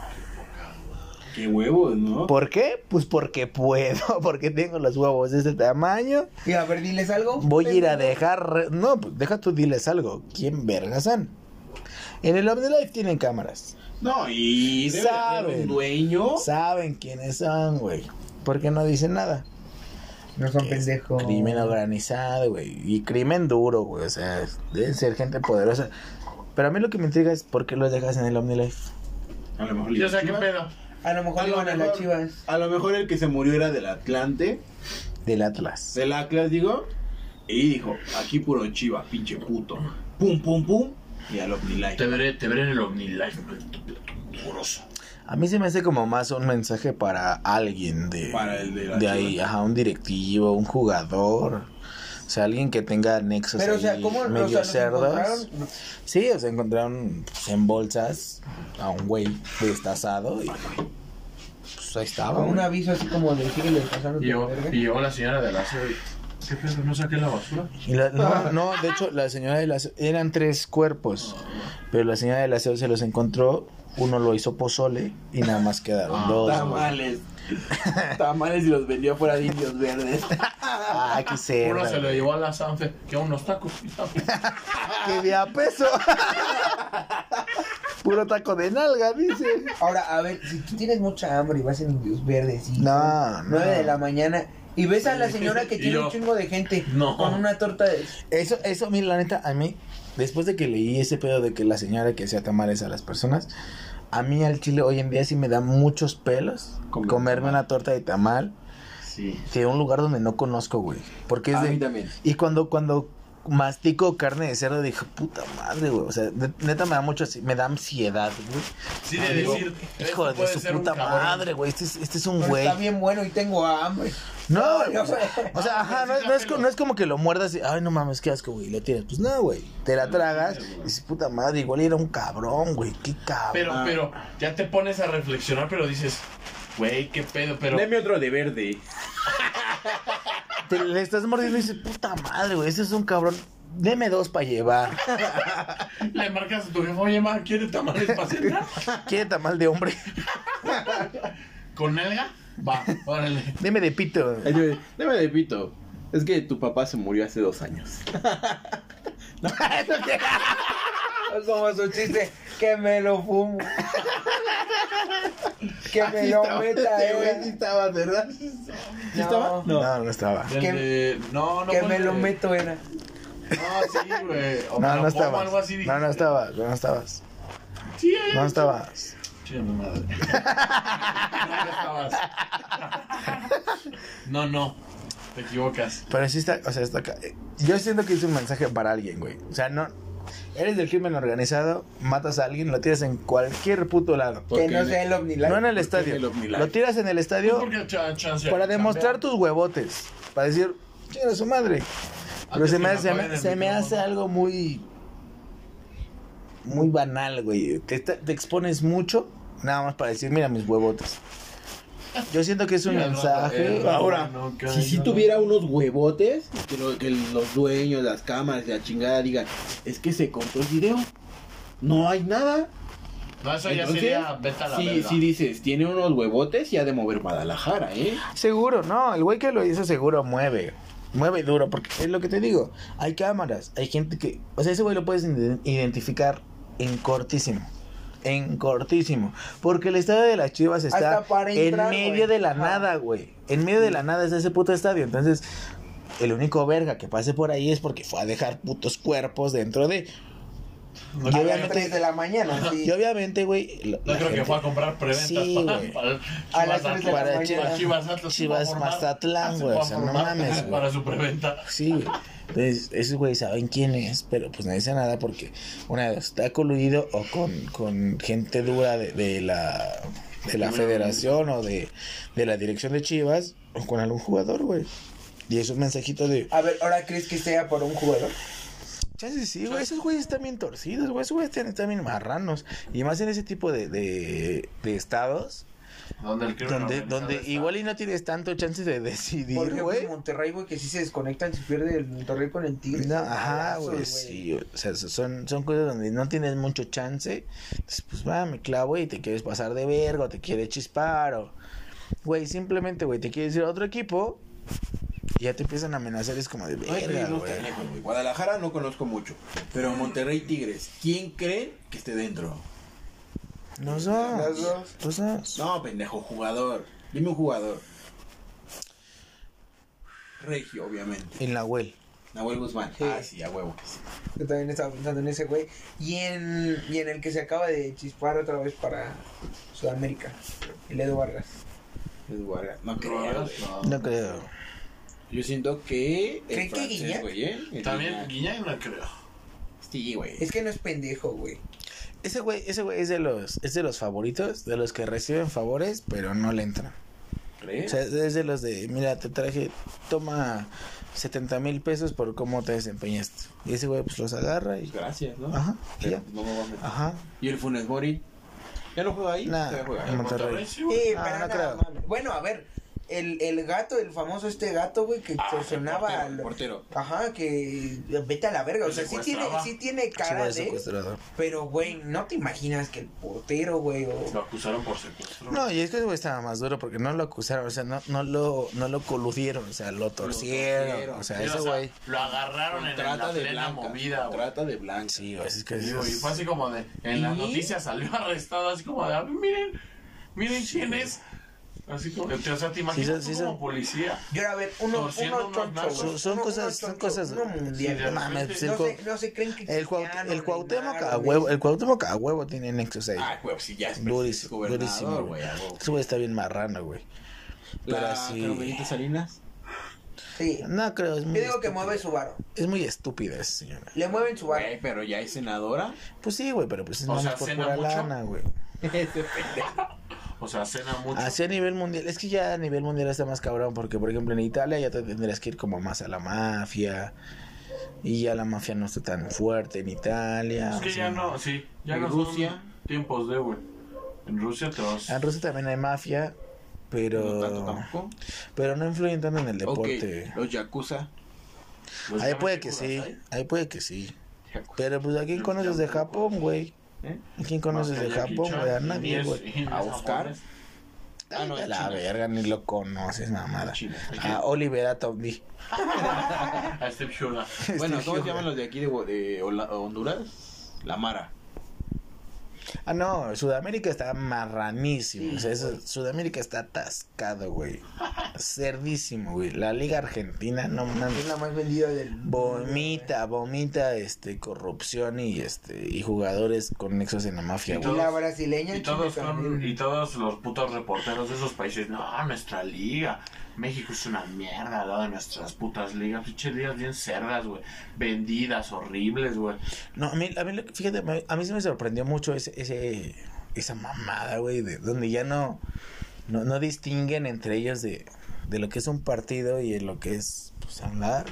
S3: Qué huevos, ¿no?
S9: ¿Por qué? Pues porque puedo, porque tengo los huevos de este tamaño.
S2: Y a ver, diles algo.
S9: Voy a ir a dejar. re- No, pues, deja tú, diles algo. ¿Quién vergas son? En el OmniLife tienen cámaras.
S3: No, y debe de haber
S9: Saben.
S3: un dueño.
S9: Saben quiénes son, güey. ¿Por qué no dicen nada?
S2: No son pendejos.
S9: Crimen organizado, güey. Y crimen duro, güey. O sea, deben ser gente poderosa. Pero a mí lo que me intriga es por qué los dejas en el OmniLife.
S3: A lo mejor
S1: Yo sé qué
S3: Chivas.
S1: pedo.
S2: A lo mejor iban a las chivas.
S3: a lo mejor el que se murió era del Atlante,
S9: Del Atlas.
S3: del Atlas, digo, y dijo, aquí puro chiva, pinche puto. Pum, pum, pum, y al
S1: Te
S3: OmniLife.
S1: veré, te veré en el OmniLife. Poroso.
S9: A mí se me hace como más un mensaje para alguien de,
S3: Para el de la
S9: ahí,
S3: Chivas.
S9: ajá, un directivo, un jugador. O sea, alguien que tenga nexos
S2: Pero, o sea,
S9: ahí
S2: ¿cómo los-
S9: medio
S2: o sea, los
S9: cerdos.
S2: encontraron?
S9: Sí, o sea, encontraron pues, en bolsas a un güey destazado y pues ahí estaba.
S2: Con un
S9: güey.
S2: aviso así como de síguele pasando
S1: Y llegó, y llegó la señora de la sede. ¿Qué pedo? ¿No saqué la basura?
S9: Y la- no, no, de hecho, la señora de las eran tres cuerpos, pero la señora de la se los encontró, uno lo hizo pozole y nada más quedaron dos. güey.
S3: Tamales. Tamales y los vendió fuera de indios verdes.
S9: Ah, qué
S1: Uno se
S9: cerdo.
S1: lo llevó a la Sanfe, que unos tacos.
S9: Que de a peso. Puro taco de nalga, dice.
S2: Ahora, a ver, si tú tienes mucha hambre y vas en Indios Verdes y
S9: No, no.
S2: 9 de la mañana Y ves a la señora que
S1: Y
S2: tiene
S1: yo,
S2: un chingo de gente
S1: no.
S2: con una torta de...
S9: Eso, eso, mira, la neta, a mí, después de que leí ese pedo de que la señora que hacía tamales a las personas, a mí al chile hoy en día sí me da muchos pelos
S10: Comer
S9: comerme una torta de tamal
S10: Sí.
S9: de un lugar donde no conozco, güey. Porque es
S10: A mí
S9: de...
S10: también.
S9: Y cuando, cuando mastico carne de cerdo, dije, puta madre, güey. O sea, ne- neta me da mucho, ansi- me da ansiedad, güey.
S1: Sí, Ah, de decir. esto
S9: Hijo de
S1: puede
S9: su
S1: ser un
S9: puta
S1: cabrón.
S9: madre, güey. Este es, este es un
S2: "Pero
S9: güey.
S2: Está bien bueno y tengo hambre.
S9: No, güey.
S2: No, no.
S9: O sea, ajá, no, no es, co- no es como que lo muerdas y, ay, no mames, qué asco, güey, y lo tiras. Pues no, güey, te la tragas y dices, puta madre, igual era un cabrón, güey, qué cabrón.
S1: Pero, pero, ya te pones a reflexionar, pero dices, güey, qué pedo, pero.
S4: Deme otro de verde.
S9: Te le estás mordiendo y dices, puta madre, güey, ese es un cabrón. Deme dos para llevar.
S1: Le marcas a tu jefe, oye, ma, ¿quiere tamales para cenar?
S9: Quiere tamal de hombre.
S1: ¿Con alga? Va, órale.
S9: Deme de pito.
S10: Deme, deme de pito. Es que tu papá se murió hace dos años.
S2: Es como su chiste, que me lo fumo. que me lo meta,
S10: Este güey sí
S2: era.
S10: estaba, ¿verdad?
S2: No,
S10: estaba?
S9: No, no, estaba.
S1: Desde- No, no.
S2: que
S1: fue
S2: me
S1: el
S2: lo
S1: de-
S2: meto, era.
S1: No, sí, güey. O me
S9: No,
S1: lo
S9: no
S1: como, algo
S9: estabas.
S1: así,
S9: No, no
S1: dijiste.
S9: estabas, no estabas.
S1: Sí, eh".
S9: No estabas.
S1: Chinga tu madre. No, no estabas. No, no. Te equivocas.
S9: Pero sí está, o sea, está acá. Yo siento que es un mensaje para alguien, güey. O sea, no. Eres del crimen organizado, matas a alguien, lo tiras en cualquier puto lado.
S10: Porque
S2: Que no sea el OVNI
S9: No en
S10: ¿Por
S9: el
S10: qué
S9: estadio.
S10: el OVNI Live?
S9: Lo tiras en el
S1: Es
S9: estadio
S1: porque cha- chance-
S9: para demostrar
S1: cambiar.
S9: tus huevotes. Para decir, chinga su madre. Pero
S1: Antes
S9: se
S1: que
S9: me,
S1: me
S9: hace, se me-
S1: apaguen el
S9: se me
S1: micrófono.
S9: hace algo muy. Muy banal, güey. Te, está- te expones mucho nada más para decir, mira mis huevotes. Yo siento que es un
S1: Y al rato,
S9: mensaje.
S1: eh,
S4: Ahora,
S1: no, que-
S10: Si sí
S1: no,
S10: tuviera unos huevotes, que, lo- que los dueños, las cámaras y la chingada digan, es que se cortó el video. No hay nada.
S1: No, eso ya
S10: Entonces,
S1: sería vete a la
S10: si,
S1: verga.
S10: si dices, tiene unos huevotes y ha de mover Guadalajara, ¿eh?
S9: Seguro, no, el güey que lo hizo seguro mueve. Mueve duro, porque es lo que te digo. Hay cámaras, hay gente que. O sea, ese güey lo puedes ide- identificar en cortísimo. En cortísimo. Porque el estadio de las Chivas está
S2: Hasta para
S9: en
S2: entrar,
S9: medio
S2: güey.
S9: de la
S2: Ajá.
S9: nada, güey. En medio de la nada es ese puto estadio. Entonces, el único verga que pase por ahí es porque fue a dejar putos cuerpos dentro de.
S1: No,
S9: Yo
S2: A
S1: creo-
S2: las
S9: obviamente-
S2: 3 de la mañana, sí.
S9: Y obviamente, güey. la-
S1: no
S9: la
S1: creo que
S9: gente-
S1: fue a comprar preventas
S9: Sí,
S1: para,
S9: güey.
S1: para el
S2: A las
S1: Chivas
S2: tres de
S1: Atlas.
S2: la
S9: Para
S2: mañana.
S1: Para Chivas Atlas.
S9: Chivas
S1: se va a formar.
S9: Mazatlán,
S1: Ah, se
S9: güey,
S1: va
S9: o
S1: a
S9: sea, no
S1: formar
S9: mames, güey.
S1: Para su preventa.
S9: Pues Sí, güey. Entonces, esos güeyes saben quién es, pero pues no dice nada porque una de dos, está coludido o con, con gente dura de, de la de la federación o de, de la dirección de Chivas o con algún jugador, güey. Y es un mensajito de... "Ah,
S2: A ver, ¿ahora crees que sea por un jugador?
S9: Chances sí, güey, esos güeyes están bien torcidos, güey, esos güeyes están, están bien marranos. Y más en ese tipo de, de, de estados,
S1: Donde el crimen
S9: donde,
S1: organizado
S9: donde
S1: está.
S9: igual y no tienes tanto chance de decidir,
S2: Por ejemplo,
S9: güey.
S2: en Monterrey, güey, que si se desconectan, si pierde el Monterrey con el Tigre.
S9: No, ajá,
S2: Golazos,
S9: güey, sí, o sea, so- son, son cosas donde no tienes mucho chance, entonces, pues va, me clavo y te quieres pasar de verga, o te quieres chispar, o, güey, simplemente, güey, te quieres ir a otro equipo, y ya te empiezan a amenazar, es como de
S10: Ay,
S9: verga,
S10: no
S9: güey.
S10: está lejos, güey. Guadalajara no conozco mucho. Pero Monterrey Tigres, ¿quién cree que esté dentro?
S9: No son,
S2: Las dos.
S9: no son.
S10: No, pendejo, jugador. Dime un jugador. Regio, obviamente.
S9: En la huel.
S10: Nahuel Guzmán.
S2: Sí.
S10: Ah, sí, a huevo que sí.
S2: Yo también estaba pensando en ese güey. Y en, y en el que se acaba de chispar otra vez para Sudamérica. El Edu Vargas.
S10: Es Guarga. No creo.
S1: Rodas,
S10: güey.
S1: no.
S9: no creo.
S10: Yo siento que. el
S2: ¿Creen que
S10: francés,
S2: Guiñac?
S10: güey, ¿eh? El
S1: También
S10: Guiñac.
S1: Guiñay no creo.
S10: Sí, güey.
S2: Es que no es pendejo, güey.
S9: Ese güey, ese güey es de los, es de los favoritos, de los que reciben favores, pero no le entran. O
S10: ¿Crees?
S9: sea, es de los de, mira, te traje, toma 70 mil pesos por cómo te desempeñaste. Y ese güey pues los agarra y...
S10: Gracias, ¿no?
S9: Ajá, y
S10: Pero,
S9: ya.
S10: pues, no me voy a meter.
S9: Ajá.
S10: ¿Y el Funes Mori? ¿Ya no juega ahí?
S9: Nah.
S10: Se va a jugar.
S9: En Monterrey.
S1: sí,
S2: Sí,
S1: güey.
S2: pero
S9: Ah, no
S2: nada,
S9: creo.
S2: mames. Bueno, a ver. El, el gato, el famoso este gato, güey, que
S10: Ah, el
S2: sonaba
S10: portero,
S2: al-
S10: el portero.
S2: Ajá, que eh, vete a la verga. O
S1: El
S2: sea, sí tiene,
S1: secuestraba.
S2: sí tiene
S9: Ese
S2: cara
S9: Ah, güey es
S2: de.
S9: secuestrador.
S2: Pero, güey, no te imaginas que el portero, güey, o.
S1: Lo acusaron por secuestro.
S9: No, y es que ese güey estaba más duro porque no lo acusaron, o sea, no, no, lo, no lo coludieron, o sea, lo torcieron.
S10: torcieron.
S9: O sea,
S1: Sí,
S9: ese
S1: o sea,
S9: güey...
S1: Lo agarraron en la
S10: Trata de
S1: plena
S10: blanca.
S1: movida, güey.
S10: Trata de blanca.
S9: Sí, güey, es que...
S1: Y, güey,
S9: es-
S1: fue así como de. En las
S10: ¿Y?
S1: noticias salió arrestado, así como de. "Ah, Miren, miren quién es. Así como, o sea, te imaginas
S9: son-
S1: tú
S9: sí son-
S1: como policía.
S2: Yo era a ver, uno,
S1: Torciendo
S2: uno
S1: unos
S2: choncho,
S1: machos.
S2: güey.
S9: Son- son
S2: Uno-
S9: cosas-
S2: uno
S9: son
S2: choncho,
S9: cosas-
S2: uno mundial.
S1: Sí, de
S9: No mames, pues
S1: repente-
S9: el,
S2: no,
S9: cua-
S2: se, no se creen que
S9: el, cua-
S2: Cristiano,
S9: el Cuauhtémoc
S2: Neymar,
S9: a
S2: güey.
S9: huevo, el Cuauhtémoc a huevo tiene nexos ahí.
S3: Ah,
S10: pues
S3: güey, sí, ya es
S9: Durísimo,
S3: gobernador,
S9: durísimo,
S3: güey,
S9: güey.
S3: a huevo.
S9: Ese güey está bien marrano, güey. Pero
S3: La Carmen
S9: así...
S3: Benito Salinas.
S2: Sí.
S9: No creo, es muy,
S2: Yo digo que
S9: estúpido.
S2: mueve su varo.
S9: es muy estúpida esa señora.
S2: Le mueven su varo.
S3: Güey, pero ya es senadora.
S9: Pues sí, güey, pero pues es
S1: O
S9: más
S1: sea,
S9: por
S1: cena
S9: pura
S1: mucho.
S9: lana, güey.
S1: O sea, cena mucho.
S9: Así a nivel mundial, es que ya a nivel mundial está más cabrón, porque por ejemplo en Italia ya te tendrías que ir como más a la mafia, y ya la mafia no está tan fuerte en Italia.
S1: es que
S9: o sea,
S1: ya no, sí. Ya
S3: En
S1: no
S3: Rusia.
S1: son tiempos de, güey. En Rusia te vas.
S9: Ah, En Rusia también hay
S3: No
S9: mafia,
S3: tanto
S9: pero
S3: tampoco.
S9: pero no influyen tanto en el
S3: Ok,
S9: deporte.
S3: los Yakuza.
S1: Pues
S9: Ahí
S1: ya
S9: puede
S1: ves
S9: que
S1: las
S9: sí,
S1: hay.
S9: ahí puede que sí.
S1: Yakuza.
S9: Pero pues a quién
S1: Los
S9: conoces de
S1: yakuza.
S9: Japón, güey.
S3: ¿Eh?
S9: ¿A quién conoces
S1: Más que
S9: de
S1: Jackie
S9: Japón,
S1: Chan,
S9: güey? A
S1: ni
S9: nadie,
S1: es-
S9: güey.
S1: ni es
S3: A Oscar.
S1: japonés.
S9: Ay,
S3: no,
S9: de
S3: es
S9: Ah, la
S3: chino.
S9: verga, ni lo conoces, mamada.
S3: Chino.
S9: A Olivera Tombi.
S1: A este Steve Shula.
S9: Este
S3: Bueno, ¿cómo se llaman los de aquí de, de Hola- Honduras? La Mara.
S9: Ah, no, Sudamérica está marranísimo. o sea, eso- Sudamérica está atascado, güey. Cerdísimo, güey. La Liga Argentina, no
S2: Es
S9: mames.
S2: la más vendida del.
S9: Vomita, vomita, este, corrupción y, este, y jugadores con nexos en la mafia,
S2: Y
S9: güey.
S2: la brasileña.
S1: Y todos,
S2: chica,
S1: son-
S2: también.
S1: y todos los putos reporteros de esos países, no, nuestra liga, México es una mierda al lado de nuestras putas ligas, pinches ligas bien cerdas, güey, vendidas, horribles, güey.
S9: No, a mí, a mí, lo que- fíjate, me- a mí se me sorprendió mucho ese, ese, esa mamada, güey, de donde ya no, no, no distinguen entre ellos de, de lo que es un partido y de lo que es, pues, hablar.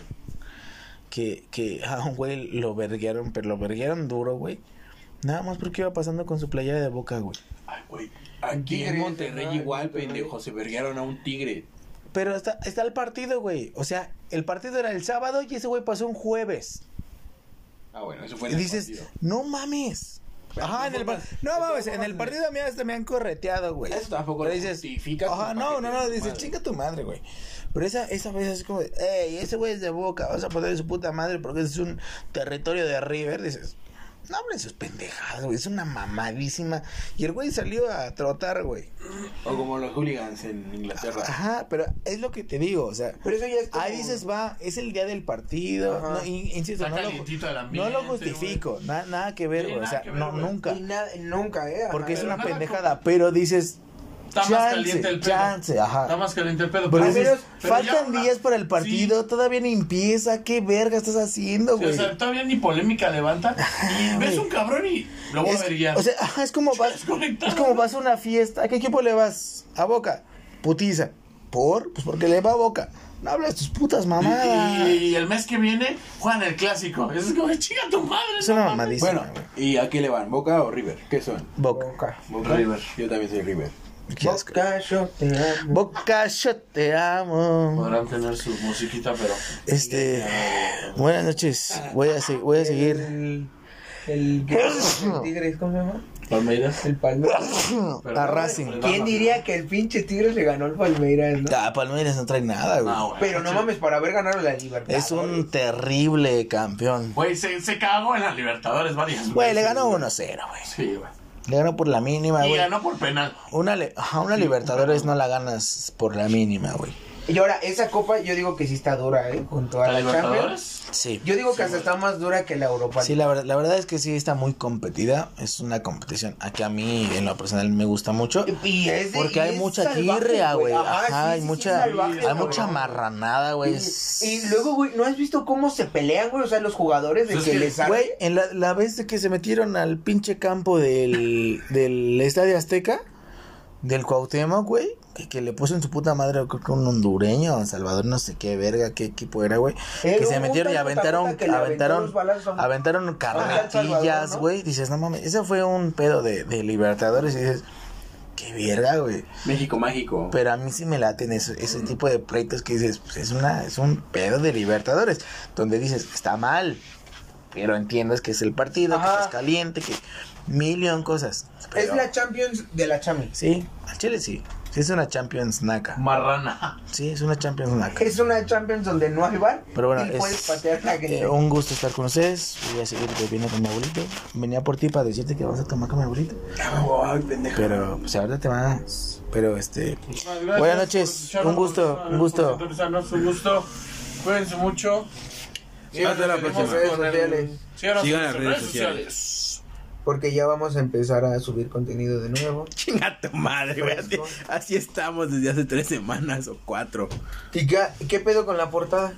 S9: Que, que a un güey lo verguearon, pero lo verguearon duro, güey. Nada más porque iba pasando con su playera de boca, güey.
S3: Ay, güey. Aquí
S2: Tigres,
S3: en Monterrey
S2: ¿no?
S3: igual, pendejo. Se verguearon a un tigre.
S9: Pero está, está el partido, güey. O sea, el partido era el sábado y ese güey pasó un jueves.
S3: Ah, bueno, eso fue
S9: Y
S3: en el
S9: dices,
S3: partido.
S9: no mames. Ajá, en el par- No mames, en el partido a mí hasta me han correteado, güey.
S3: Eso tampoco
S9: Pero
S3: lo
S9: dices,
S3: justifica,
S9: Ajá,
S3: compa,
S9: no,
S3: que
S9: no,
S3: te
S9: no,
S3: des
S9: dices,
S3: madre.
S9: chinga tu madre, güey. Pero esa, esa vez es como, de, ey, ese güey es de boca, vas a poner su puta madre porque es un territorio de River. Dices, no hablen sus pendejadas, güey, es una mamadísima. Y el güey salió a trotar, güey.
S3: O como los hooligans en Inglaterra.
S9: Ajá, pero es lo que te digo, o sea.
S2: Pero eso ya es. como-
S9: Ahí dices, va, es el día del partido.
S2: Ajá.
S9: No, in- insisto,
S1: Está
S9: no lo,
S1: calientito el
S9: no
S1: ambiente,
S9: lo justifico. na- nada que
S1: Sí,
S9: ver, güey. O
S1: nada
S9: sea,
S1: que ver,
S9: no,
S1: güey.
S9: nunca.
S2: Y nada, nunca, ¿eh?
S9: Porque es
S1: pero
S9: una
S1: nada
S9: pendejada, pero dices.
S1: Está más
S9: chance,
S1: caliente el pedo.
S9: chance, ajá.
S1: Está más caliente el pedo,
S9: Pero
S1: pero,
S9: dices,
S1: pero ya-
S9: faltan días para el partido, todavía ni empieza, qué verga estás haciendo,
S1: Sí, o
S9: güey.
S1: sea, todavía ni polémica levanta, y ves un cabrón y lo voy a
S9: es,
S1: ver ya.
S9: o sea, ajá, es como vas,
S1: Desconectado.
S9: es como vas a una fiesta, ¿a qué equipo le vas? A Boca, putiza. ¿Por? Pues porque le va a Boca. No hablas tus putas mamadas.
S1: y, y el mes que viene juegan el clásico. Eso es como, chinga tu madre.
S9: es una
S1: no mames".
S9: mamadísima.
S3: Bueno, ¿y a qué le van? ¿Boca o River? ¿Qué son?
S9: Boca.
S3: ¿Boca?
S1: River.
S3: Yo también soy River.
S9: Qué asco.
S2: Boca, yo te amo.
S9: Boca, yo te amo.
S1: Podrán tener su musiquita, pero
S9: Este, buenas noches. Voy a, se- voy a seguir.
S2: El. El. el Tigres, ¿cómo se llama?
S1: Palmeiras.
S2: El Palmeiras.
S9: A Racing.
S2: ¿Quién diría que el pinche Tigres le ganó al Palmeiras, no?
S9: Ah, Palmeiras no trae nada, güey.
S1: Ah, güey.
S2: Pero no mames, para haber ganado la libertad.
S9: Es un terrible campeón.
S1: Güey, se, se cagó en las Libertadores varias
S9: Güey,
S1: veces,
S9: le ganó 1-0, güey.
S1: Sí, güey.
S9: Le ganó por la mínima,
S1: Y
S9: güey.
S1: ganó por penal.
S9: Una, le- ajá, una Libertadores no la ganas por la mínima, güey.
S2: Y ahora, esa copa yo digo que sí está dura, ¿eh? Con toda
S1: ¿La
S2: la Champions.
S1: Libertadores?
S9: Sí.
S2: Yo digo que hasta está más dura que la Europa.
S9: Sí, la, verdad- la verdad es que sí está muy competida. Es una competición a que a mí, en lo personal, me gusta mucho.
S2: Y es de- y
S9: Porque hay
S2: es
S9: mucha
S2: salvaje,
S9: tirria, güey.
S2: Ajá, sí,
S9: Ajá, hay
S2: sí, sí,
S9: mucha,
S2: es salvaje,
S9: hay
S2: cabrón.
S9: mucha marranada,
S2: Y,
S9: güey.
S2: y luego, güey, ¿no has visto cómo se pelean, güey? O sea, los jugadores de
S1: Pues
S2: que
S1: es que,
S2: les arde.
S9: Güey, en la, la vez de que se metieron al pinche campo del, del Estadio Azteca, del Cuauhtémoc, güey, que, que le puso en su puta madre, creo que un hondureño, Salvador, no sé qué verga, qué equipo era, güey.
S2: Era
S9: Que se
S2: un
S9: metieron y
S2: puta
S9: aventaron,
S2: puta que le aventó
S9: aventaron,
S2: los balazos.
S9: aventaron
S2: Salvador,
S9: carretillas,
S2: ¿no?
S9: güey. Dices, no mames, ese fue un pedo de, de Libertadores. Y dices, qué verga, güey.
S3: México mágico.
S9: Pero a mí sí me laten eso- ese tipo de proyectos que dices, pues es, una, es un pedo de Libertadores, donde dices, está mal, pero entiendes que es el partido, que
S2: Ajá.
S9: es caliente, que millón cosas.
S2: Es
S9: Pero,
S2: la Champions de la Champions.
S9: Sí, al Chile sí. Sí, es una Champions Naca.
S1: Ah,
S11: Marrana.
S9: Sí, es una Champions Naca.
S2: Es una Champions donde no hay bar
S9: Pero bueno,
S2: y puedes
S9: es
S2: patear la
S9: eh,
S2: que
S9: un gusto estar con ustedes. Voy a seguir bebiendo con mi abuelito. Venía por ti para decirte que vas a tomar con mi abuelito.
S12: Ay, pendejo.
S9: Pero pues ahorita te vas. Pero este. Buenas noches. Un gusto, un gusto.
S1: Un gusto. Cuídense mucho.
S2: Hasta la próxima. Redes sociales.
S1: Síganos
S12: Sigan
S1: en
S12: las
S1: nuestras
S12: redes
S1: redes sociales.
S2: Porque ya vamos a empezar a subir contenido de nuevo.
S3: Chinga tu madre, güey. Así,
S2: Fresco.
S3: así estamos desde hace tres semanas o cuatro.
S2: ¿Y qué, qué pedo con la portada?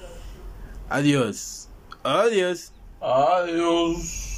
S3: Adiós. Adiós.
S1: Adiós.